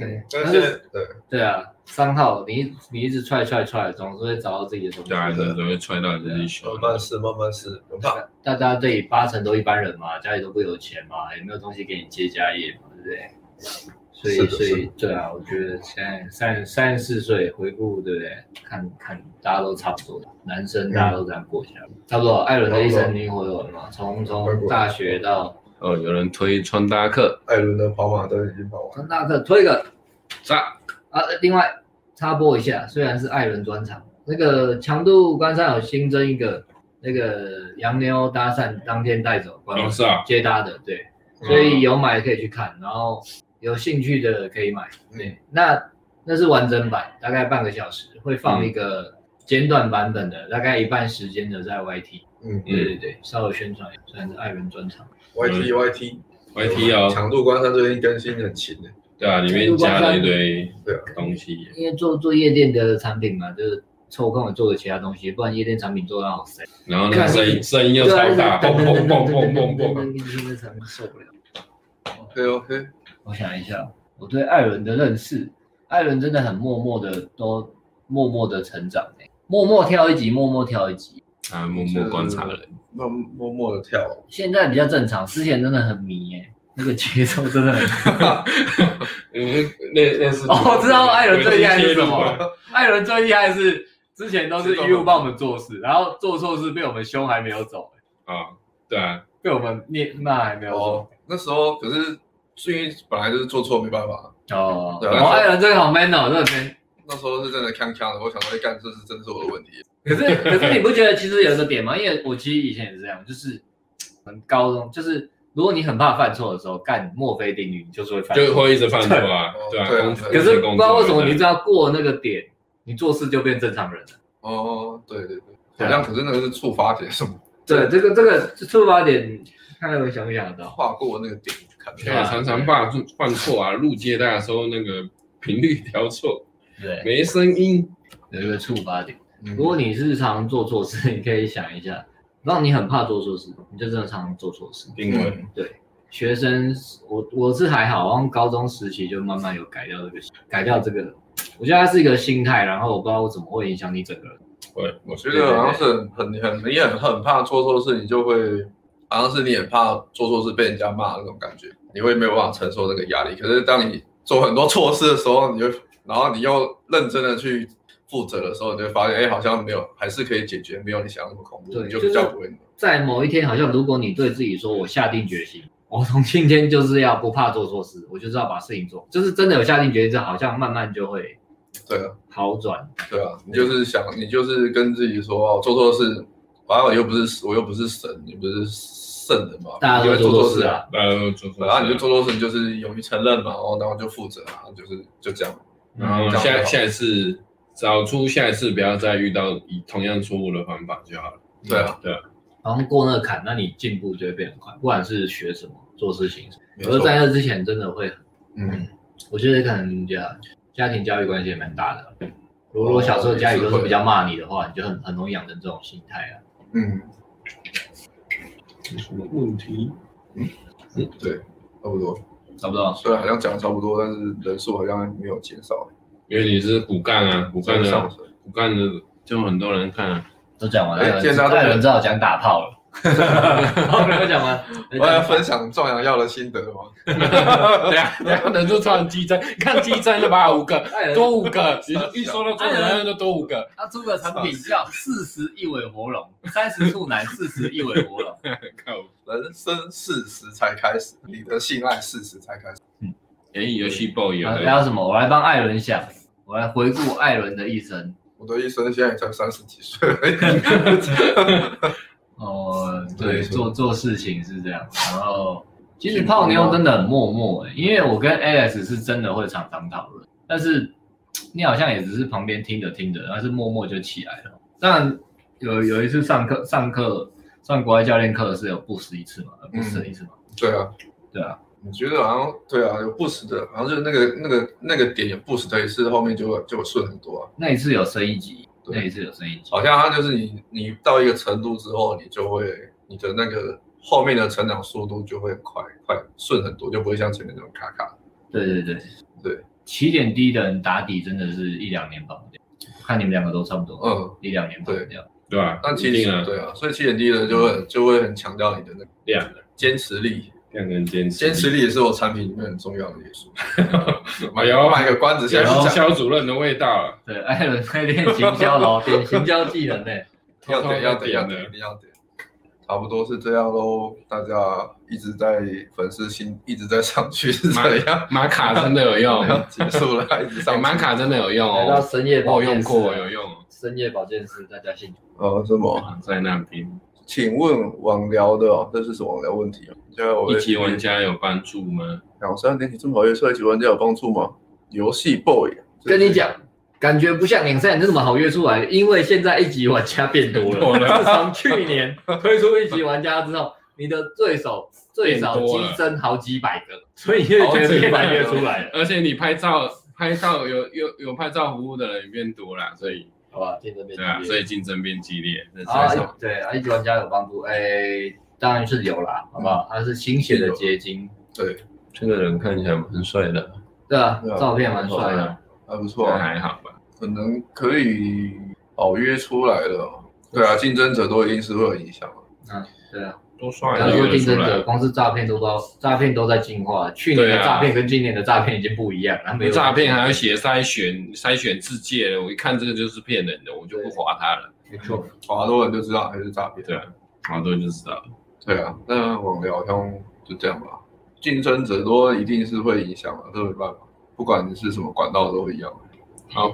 Speaker 3: 对
Speaker 1: 但
Speaker 3: 但
Speaker 1: 是
Speaker 3: 是
Speaker 1: 对
Speaker 3: 对啊，三号，你一你一直踹踹踹，总是会找到自己的东西
Speaker 2: 对。啊，人都会踹到自己手。
Speaker 1: 哦慢慢试，慢慢试，不怕，
Speaker 3: 大家这里八成都一般人嘛，家里都不有钱嘛，也没有东西给你接家业嘛，对不对？所
Speaker 1: 是
Speaker 3: 以，
Speaker 1: 的
Speaker 3: 所
Speaker 1: 是
Speaker 3: 以，对啊，我觉得现在三三十四岁回顾，对不对？看看大家都差不多，男生大家都这样过下来，差不多。艾伦的一生你回完嘛，从
Speaker 1: 回
Speaker 3: 从
Speaker 1: 顾
Speaker 3: 大学到
Speaker 2: 哦，有人推穿搭课，
Speaker 1: 艾伦的跑马灯已经跑完了，
Speaker 3: 从大课推个
Speaker 2: 炸
Speaker 3: 啊，另外插播一下，虽然是艾伦专场，那个强度关山有新增一个那个洋妞搭讪当天带走，官
Speaker 2: 哦
Speaker 3: 网
Speaker 2: 是哦啊，
Speaker 3: 接搭的，对，所以有买可以去看，然后有兴趣的可以买。对，那那是完整版，大概半个小时，会
Speaker 2: 嗯
Speaker 3: 放一个简短版本的，大概一半时间的在 YT。
Speaker 1: 嗯
Speaker 3: 对对对，稍微宣传一下，虽然是艾伦专场。
Speaker 1: ，YT YT
Speaker 2: YT 哦，
Speaker 1: 强度关山最近更新很勤的，
Speaker 2: 对啊，里面加了一堆
Speaker 3: 啊
Speaker 2: 东西，
Speaker 3: 因为做做夜店的产品嘛，就是抽空也做个其他东西，不然夜店产品做到好塞。
Speaker 2: 然后那个声音声音又超大，
Speaker 3: 对
Speaker 2: 嘣
Speaker 3: 啊就是
Speaker 2: 嘣嘣嘣嘣
Speaker 3: 噔噔噔噔噔
Speaker 2: 嘣，
Speaker 3: 噔噔噔噔噔受不了。
Speaker 1: OK OK，
Speaker 3: 我想一下，我对艾伦的认识，艾伦真的很默默的都默默的成长、欸、默默跳一集，默默跳一集。
Speaker 2: 啊，默默观察人，
Speaker 1: 那默默的跳，
Speaker 3: 现在比较正常，之前真的很迷耶、欸那个节奏真的很。
Speaker 1: *laughs*
Speaker 2: 嗯，那那是
Speaker 3: 哦，我知道艾伦最厉害是什么？
Speaker 1: 啊
Speaker 3: 了？艾伦最厉害是之前都是
Speaker 1: 节奏
Speaker 3: U 帮我们做事，然后做错事被我们凶还没有走、欸
Speaker 2: 啊，对啊，
Speaker 3: 被我们念骂还没有走。
Speaker 1: 哦，那时候可是因为本来就是做错没办法，
Speaker 3: 哦，
Speaker 1: 对啊
Speaker 3: 然后艾伦这个好 man 哦，这个真。
Speaker 1: 那时候是真的锵锵的，我想说，哎干，这是真是我的问题，
Speaker 2: *laughs*
Speaker 3: 可是可是你不觉得其实有一个点吗？因为我其实以前也是这样，就是很高中，就是如果你很怕犯错的时候，干墨菲定律，你就是会犯
Speaker 2: 就
Speaker 3: 错。
Speaker 2: 会一直犯错啊，
Speaker 1: 对
Speaker 2: 对啊，
Speaker 1: 对啊
Speaker 2: 工
Speaker 1: 对啊
Speaker 3: 可是不知道为什么，你只
Speaker 2: 这
Speaker 3: 要过那个点，你做事就变正常人了。
Speaker 1: 哦，对对对，
Speaker 3: 对啊
Speaker 1: 好像可是那个是触发点，什么
Speaker 3: 对，这个这个出发点，看有想不想得到？
Speaker 1: 跨过那个点看不
Speaker 2: 对
Speaker 1: 到，
Speaker 2: 啊，常常犯错犯错啊，录接待的时候那个频率调错，
Speaker 3: 对，
Speaker 2: 没声音，
Speaker 3: 有一个触发点。
Speaker 1: 嗯
Speaker 3: 如果你日常做错事，你可以想一下，让你很怕做错事，你就真的常常做错事。
Speaker 2: 定
Speaker 1: 嗯
Speaker 2: 位，
Speaker 3: 学生，我我是还好，好像高中时期就慢慢有改掉这个，改掉这个，我觉得它是一个心态，然后我不知道我怎么会影响你整个人。
Speaker 2: 对，我
Speaker 1: 我觉得好像是很很很，你也很怕做错事，你就会好像是你也怕做错事被人家骂那种感觉，你会没有办法承受那个压力。可是当你做很多错事的时候，你就然后你又认真的去负责的时候，你就会发现，哎，好像没有，还是可以解决，没有你想的那么恐怖，
Speaker 3: 对
Speaker 1: 你就
Speaker 3: 就是
Speaker 1: 比较不会。
Speaker 3: 在某一天，好像如果你对自己说，我下定决心，我从今天就是要不怕做错事，我就是要把事情做，就是真的有下定决心之后，好像慢慢就会
Speaker 1: 对啊，
Speaker 3: 好转。
Speaker 1: 对啊，你就是想，你就是跟自己说，哦，做错事，反正我又不是我又不是神，你不是圣人嘛，
Speaker 3: 大家
Speaker 1: 你
Speaker 3: 都
Speaker 1: 会
Speaker 3: 做
Speaker 1: 做
Speaker 3: 错
Speaker 1: 错
Speaker 3: 事
Speaker 1: 事。
Speaker 3: 啊，
Speaker 2: 呃，做错
Speaker 1: 然后
Speaker 2: 事
Speaker 1: 你就做错事，你就是勇于承认嘛，哦，然后就负责啊，就是就这样。
Speaker 2: 然后
Speaker 1: 这样
Speaker 2: 下
Speaker 1: 就好
Speaker 2: 下一次找出下一次不要再遇到以同样错误的方法就好了。
Speaker 1: 对啊，
Speaker 2: 对啊，
Speaker 3: 然后过那个坎，那你进步就会变很快，不管是学什么、做事情，
Speaker 1: 没
Speaker 3: 可是
Speaker 1: 错
Speaker 3: 在那之前真的会很。
Speaker 1: 嗯，
Speaker 3: 我觉得可能家家庭教育关系也蛮大的。如果小时候家里哦都是比较骂你的话，你就很很容易养成这种心态啊。
Speaker 1: 嗯，
Speaker 2: 有什么问题？
Speaker 1: 差不多。
Speaker 3: 差不多，
Speaker 1: 虽然好像讲得差不多，但是人数好像没有减少，
Speaker 2: 因为你是骨干啊，骨干
Speaker 1: 在
Speaker 2: 的
Speaker 1: 上升。
Speaker 2: 骨干的就很多人看啊。 *laughs*
Speaker 3: 都讲完了。
Speaker 1: 哎
Speaker 3: 艾伦
Speaker 1: 见到这个
Speaker 3: 艾伦只好讲打炮了。 *laughs* 好，没有讲完。
Speaker 1: 我要分享壮阳药的心得吗？
Speaker 2: 对啊，对啊，人就超激增， *laughs* 你看激增了吧，五
Speaker 1: *laughs*
Speaker 2: 个
Speaker 3: 艾伦
Speaker 2: 多五个，一一说到这个人就多五个，
Speaker 3: 哎
Speaker 1: 哎
Speaker 3: 他出个产品叫“四十一尾活龙”，三十处男，四十一尾
Speaker 1: *laughs*
Speaker 3: 活龙。
Speaker 2: 靠！
Speaker 1: 人生四十才开始，你的性爱四十才开始。
Speaker 2: 哎，游戏 boy 有
Speaker 3: 啊还有什么？我来帮艾伦想，我来回顾艾伦的一生。
Speaker 1: 我的一生现在也才三十几岁而已， *laughs*
Speaker 3: 哦，
Speaker 1: 对
Speaker 3: 对，
Speaker 1: 是
Speaker 3: 做做事情是这样。然后，其实泡妞真的很默默、欸，因为我跟 Alex 是真的会常常讨论，但是嘖你好像也只是旁边听着听着，然后是默默就起来了。当然，有有一次上课上课上国外教练课是有不死一次嘛，呃不死一次嘛，
Speaker 1: 对啊，
Speaker 3: 对啊，
Speaker 1: 我觉得好像对啊，有不死的，好像就是那个那个那个点有不死的一次，后面就会就会顺很多啊。
Speaker 3: 那一次有升一级，
Speaker 1: 对
Speaker 3: 那一次有升一级，
Speaker 1: 好像它就是你你到一个程度之后，你就会你的那个后面的成长速度就会快快顺很多，就不会像前面那种卡卡。
Speaker 3: 对对对
Speaker 1: 对，
Speaker 3: 起点低的人打底真的是一两年跑不掉，看你们两个都差不多，
Speaker 1: 嗯，
Speaker 3: 一两年跑不掉，
Speaker 2: 对吧？
Speaker 1: 但其
Speaker 2: 一
Speaker 1: 实
Speaker 2: 定啊，嗯
Speaker 1: 对啊，所以起点低的就会就会很强调你的那个
Speaker 2: 量的
Speaker 1: 坚持力，
Speaker 2: 量跟坚持，
Speaker 1: 坚持力也是我产品里面很重要的元
Speaker 2: *laughs*
Speaker 1: 素。
Speaker 2: 哎呦
Speaker 1: 卖个关子，现
Speaker 2: 然
Speaker 1: 在
Speaker 2: 后
Speaker 1: 是讲
Speaker 2: 肖主任的味道啊
Speaker 1: *laughs*
Speaker 2: 了，
Speaker 3: 对，艾伦在练行销老点行销技能呢，
Speaker 2: 啊
Speaker 1: 要点要点要
Speaker 2: 的
Speaker 1: 点一定要点。差不多是这样喽，大家一直在粉丝心一直在上去是这样，
Speaker 2: 玛卡真的有用，
Speaker 1: *laughs* 结束了，一直
Speaker 2: 哎
Speaker 1: 上
Speaker 2: 玛卡真的有用
Speaker 3: 来到
Speaker 2: 哦，
Speaker 3: 深夜保
Speaker 2: 我有用
Speaker 3: 健室
Speaker 2: 过，有用哦，
Speaker 3: 深夜保健室，大家兴趣。
Speaker 1: 哦什么？
Speaker 2: 在那边。
Speaker 1: 请问网聊的哦，这是什么网聊问题哦？现在我
Speaker 2: 一级玩家有帮助吗？
Speaker 1: 两三年级中考月测一级玩家有帮助吗？游戏 boy，
Speaker 3: 跟你，讲，感觉不像两三年这么好约出来，因为现在一级玩家变多
Speaker 2: 多
Speaker 3: 了。
Speaker 2: 了
Speaker 3: *laughs* 自从去年推出一级玩家之后，你的对手最少
Speaker 2: 变多
Speaker 3: 激
Speaker 2: 了
Speaker 3: 增好几百个，所以你就觉得越来越出来了，
Speaker 2: 而且你拍照拍照有有有拍照服务的人也变多了，所以
Speaker 3: 好吧？竞争变
Speaker 2: 对啊，
Speaker 3: 激
Speaker 2: 所
Speaker 3: 烈。
Speaker 2: 以竞争变激烈，这
Speaker 3: 啊
Speaker 2: 是什么？，
Speaker 3: 对啊，一级玩家有帮助，哎，当然是有啦，好不好？它是心血的结晶，
Speaker 1: 对，
Speaker 2: 这个人看起来蛮帅的，
Speaker 3: 对啊
Speaker 1: 对，啊
Speaker 3: 照片蛮帅的。
Speaker 1: 还不错
Speaker 2: 这
Speaker 1: 啊，
Speaker 2: 还好吧？
Speaker 1: 可能可以好约出来了哦。对啊，竞争者都一定是会有影响啊。
Speaker 3: 对啊，
Speaker 2: 多帅
Speaker 3: 不
Speaker 2: 啊，
Speaker 3: 要
Speaker 2: 有
Speaker 3: 说
Speaker 2: 得
Speaker 3: 竞
Speaker 2: 出
Speaker 3: 争
Speaker 2: 来
Speaker 3: 者，
Speaker 2: 啊。
Speaker 3: 光是诈骗都不知道，诈骗都在进化。去年的
Speaker 2: 对啊
Speaker 3: 诈骗跟今年的诈骗已经不一样了，没有
Speaker 2: 诈骗还要写筛选筛选自介的，我一看这个就是骗人的，我就不划他了。
Speaker 3: 没错。
Speaker 1: 好多人就知道还是诈骗。
Speaker 2: 对啊，好多人就知道了。
Speaker 1: 对啊，那网聊好像就这样吧。竞争者多一定是会影响的，这没办法，不管是什么管道都一样。
Speaker 2: 好，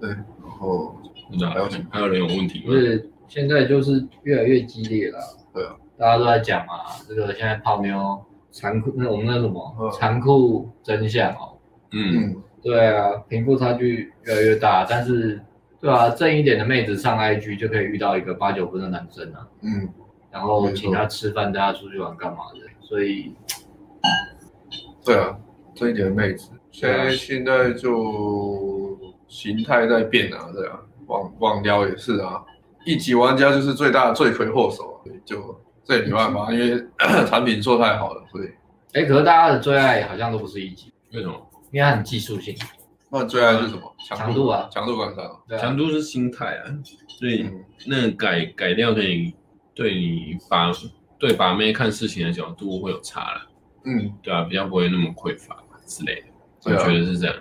Speaker 1: 对，然后
Speaker 2: 不知道
Speaker 1: 还有什么
Speaker 2: 还有人有问题
Speaker 3: 不
Speaker 2: 吗？
Speaker 3: 是，现在就是越来越激烈了。
Speaker 1: 对啊，
Speaker 3: 大家都在讲嘛，这个现在泡妞残酷，那我们那什么
Speaker 1: 嗯
Speaker 3: 残酷真相哦。
Speaker 2: 嗯，
Speaker 1: 嗯，
Speaker 3: 对啊，贫富差距越来越大，但是对啊，正一点的妹子上 IG 就可以遇到一个八九分的男生啊，
Speaker 1: 嗯，
Speaker 3: 然后
Speaker 1: 没错
Speaker 3: 请他吃饭，带他出去玩干嘛的，所以
Speaker 1: 对啊，这一点妹子，现在现在就形态在变啊，对啊，网网聊也是啊，一级玩家就是最大的罪魁祸首啊，所以就这也没办法，因为 *coughs* 产品做太好了，所以
Speaker 3: 哎，可是大家的最爱好像都不是一级，
Speaker 2: 为什么？
Speaker 3: 因为它很技术性，
Speaker 1: 那最爱是什么？
Speaker 3: 强度啊
Speaker 1: 强度关山啊，
Speaker 3: 对啊
Speaker 2: 强，度是心态啊，所以
Speaker 1: 嗯，
Speaker 2: 那改改掉可以对你把对把妹看事情的角度会有差了，
Speaker 1: 嗯，
Speaker 2: 对啊，比较不会那么匮乏之类的，我
Speaker 1: 对啊
Speaker 2: 觉得是这样。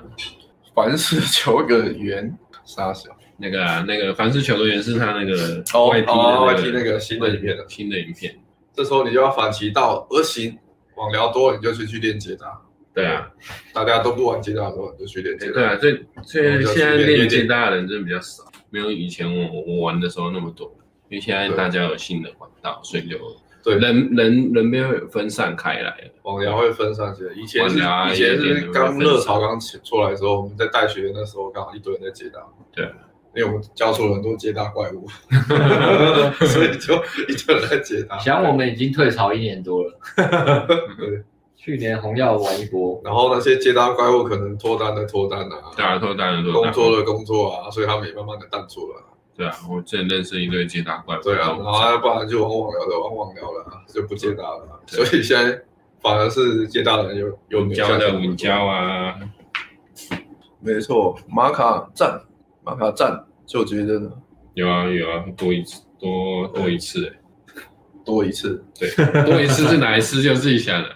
Speaker 1: 凡事求个圆，傻小。
Speaker 2: 那个啊，那个凡是球队员是他那个
Speaker 1: *laughs* 哦
Speaker 2: YT 的
Speaker 1: 哦
Speaker 2: 那
Speaker 1: YT 那个新的影片啊
Speaker 2: 新的影片，
Speaker 1: 这时候你就要反其道而行，网聊多你就去去练接搭，
Speaker 2: 对啊，
Speaker 1: 大家都不玩接搭的时候你就去练接搭。
Speaker 2: 对啊，这这
Speaker 1: 我就
Speaker 2: 现在
Speaker 1: 随便
Speaker 2: 练
Speaker 1: 练
Speaker 2: 接搭的人真的比较少，没有以前我我玩的时候那么多，因为现在
Speaker 1: 对
Speaker 2: 大家有新的管道，所以就
Speaker 1: 对
Speaker 2: 人人人被分散开来了，
Speaker 1: 网聊会分散起来，以前是
Speaker 2: 网聊啊
Speaker 1: 以前
Speaker 2: 夜
Speaker 1: 是
Speaker 2: 店会
Speaker 1: 刚
Speaker 2: 分
Speaker 1: 热
Speaker 2: 散
Speaker 1: 潮刚起出来的时候，我们在带学的那时候，刚好一堆人在接搭。
Speaker 2: 对，
Speaker 1: 因为我们教出了很多接搭怪
Speaker 2: *laughs*
Speaker 1: 物，所以就一堆人在接搭。
Speaker 3: 想我们已经退潮一年多 *laughs* 了，
Speaker 1: 对，
Speaker 3: 去年红药玩一波，
Speaker 1: 然后那些接搭怪物可能脱单的脱单啊，
Speaker 2: 大家都当然都
Speaker 1: 工作的工作啊，所以他们也慢慢的淡出了啊。
Speaker 2: 对啊，我之前认识一对接搭怪物，
Speaker 1: 对啊，然后要不然就往网聊的往网聊了啊，就不接搭了啊。所以现在反而是接搭的人有有
Speaker 2: 稳交的稳
Speaker 1: 交。
Speaker 2: 交啊，
Speaker 1: 没错，玛卡赞，玛卡赞，就觉得呢
Speaker 2: 有啊有啊，多一次多多一次、欸，
Speaker 1: 多一次，
Speaker 2: 对，多一次是哪一次 *laughs* 就自己想了，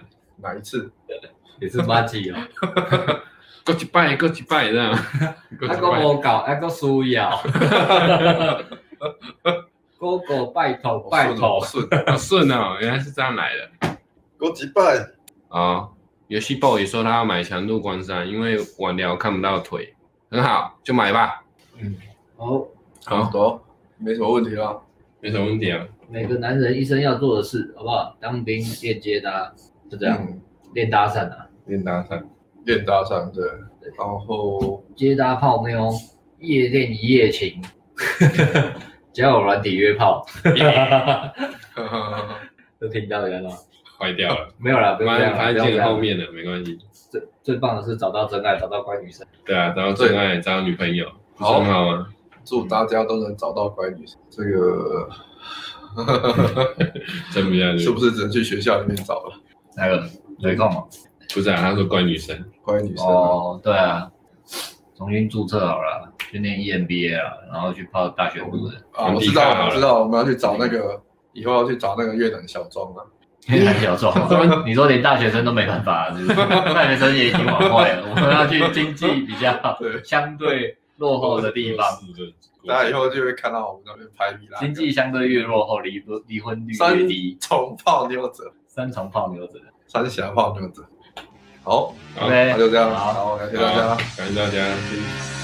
Speaker 1: 哪一次？
Speaker 3: 也是垃圾 *laughs* 哦。
Speaker 2: 过去拜过去拜这样，过
Speaker 3: 啊，
Speaker 2: 去
Speaker 3: 个
Speaker 2: 拜，
Speaker 3: 无搞，啊个需 *laughs* 要。哥哥拜托拜托，
Speaker 1: 顺，
Speaker 2: 好顺哦，原来是这样来的
Speaker 1: 我几拜。
Speaker 2: 啊、游戏 boy 说他要买强度关山，因为晚聊看不到腿，很好，就买吧，
Speaker 3: 哦，
Speaker 2: 好，
Speaker 1: 走，没什么问题啦。
Speaker 2: 没什么问题啊，
Speaker 3: 每个男人一生要做的事，好不好？当兵、练接搭，就这样，
Speaker 1: 嗯，
Speaker 3: *laughs* 练搭讪啊，
Speaker 2: 练搭讪，
Speaker 1: 练搭讪对，然后 *laughs*
Speaker 3: *laughs* 接搭泡妞，夜练一夜情，
Speaker 4: 交友软体约
Speaker 3: *laughs*
Speaker 4: 炮，都听到的了。
Speaker 2: 坏掉了，
Speaker 4: 没有啦，不用
Speaker 2: 发
Speaker 4: 这样，
Speaker 2: 现
Speaker 4: 不
Speaker 2: 发
Speaker 4: 用这
Speaker 2: 现
Speaker 4: 样
Speaker 2: 后。面的没关系。
Speaker 4: 最最棒的是找到真爱，找到乖女生。
Speaker 2: 对啊，然后真爱找女朋友，不是
Speaker 1: 好
Speaker 2: 很好吗？
Speaker 1: 祝大家都能找到乖女生，这个
Speaker 2: 真不下去
Speaker 1: 是，不是只能去学校里面找了？
Speaker 3: 那个雷控嘛。
Speaker 2: 不是啊，他说怪女生，
Speaker 1: 乖女生、啊，
Speaker 3: 哦，对啊，重新注册好了，啊去念 EMBA 啊，然后去泡大学部
Speaker 4: 哦
Speaker 3: *laughs* 的，
Speaker 1: 啊，我知
Speaker 2: 很厉害
Speaker 1: 道，
Speaker 2: 啊
Speaker 1: 我知道，我们要去找那个，以后要去找那个越南小庄啊了。
Speaker 3: 越南
Speaker 4: *laughs*
Speaker 3: 小众。你说连大学生都没办法，啊是不 *laughs* 是？大学生也已经往坏了，我们要去经济比
Speaker 4: *laughs*
Speaker 3: 较
Speaker 1: 对
Speaker 3: 相对落后的地方，
Speaker 2: 是的，
Speaker 1: 大家以后就会看到我们那边拍米拉
Speaker 3: 经济相对越落后，离婚离婚率越低，
Speaker 1: 重泡妞者，
Speaker 3: 三重泡妞者。
Speaker 1: 三峡泡妞者。好，
Speaker 2: 好
Speaker 3: OK，
Speaker 1: 那就这样，
Speaker 3: 好
Speaker 1: 好，感谢大家。
Speaker 2: 感谢大家。
Speaker 1: Peace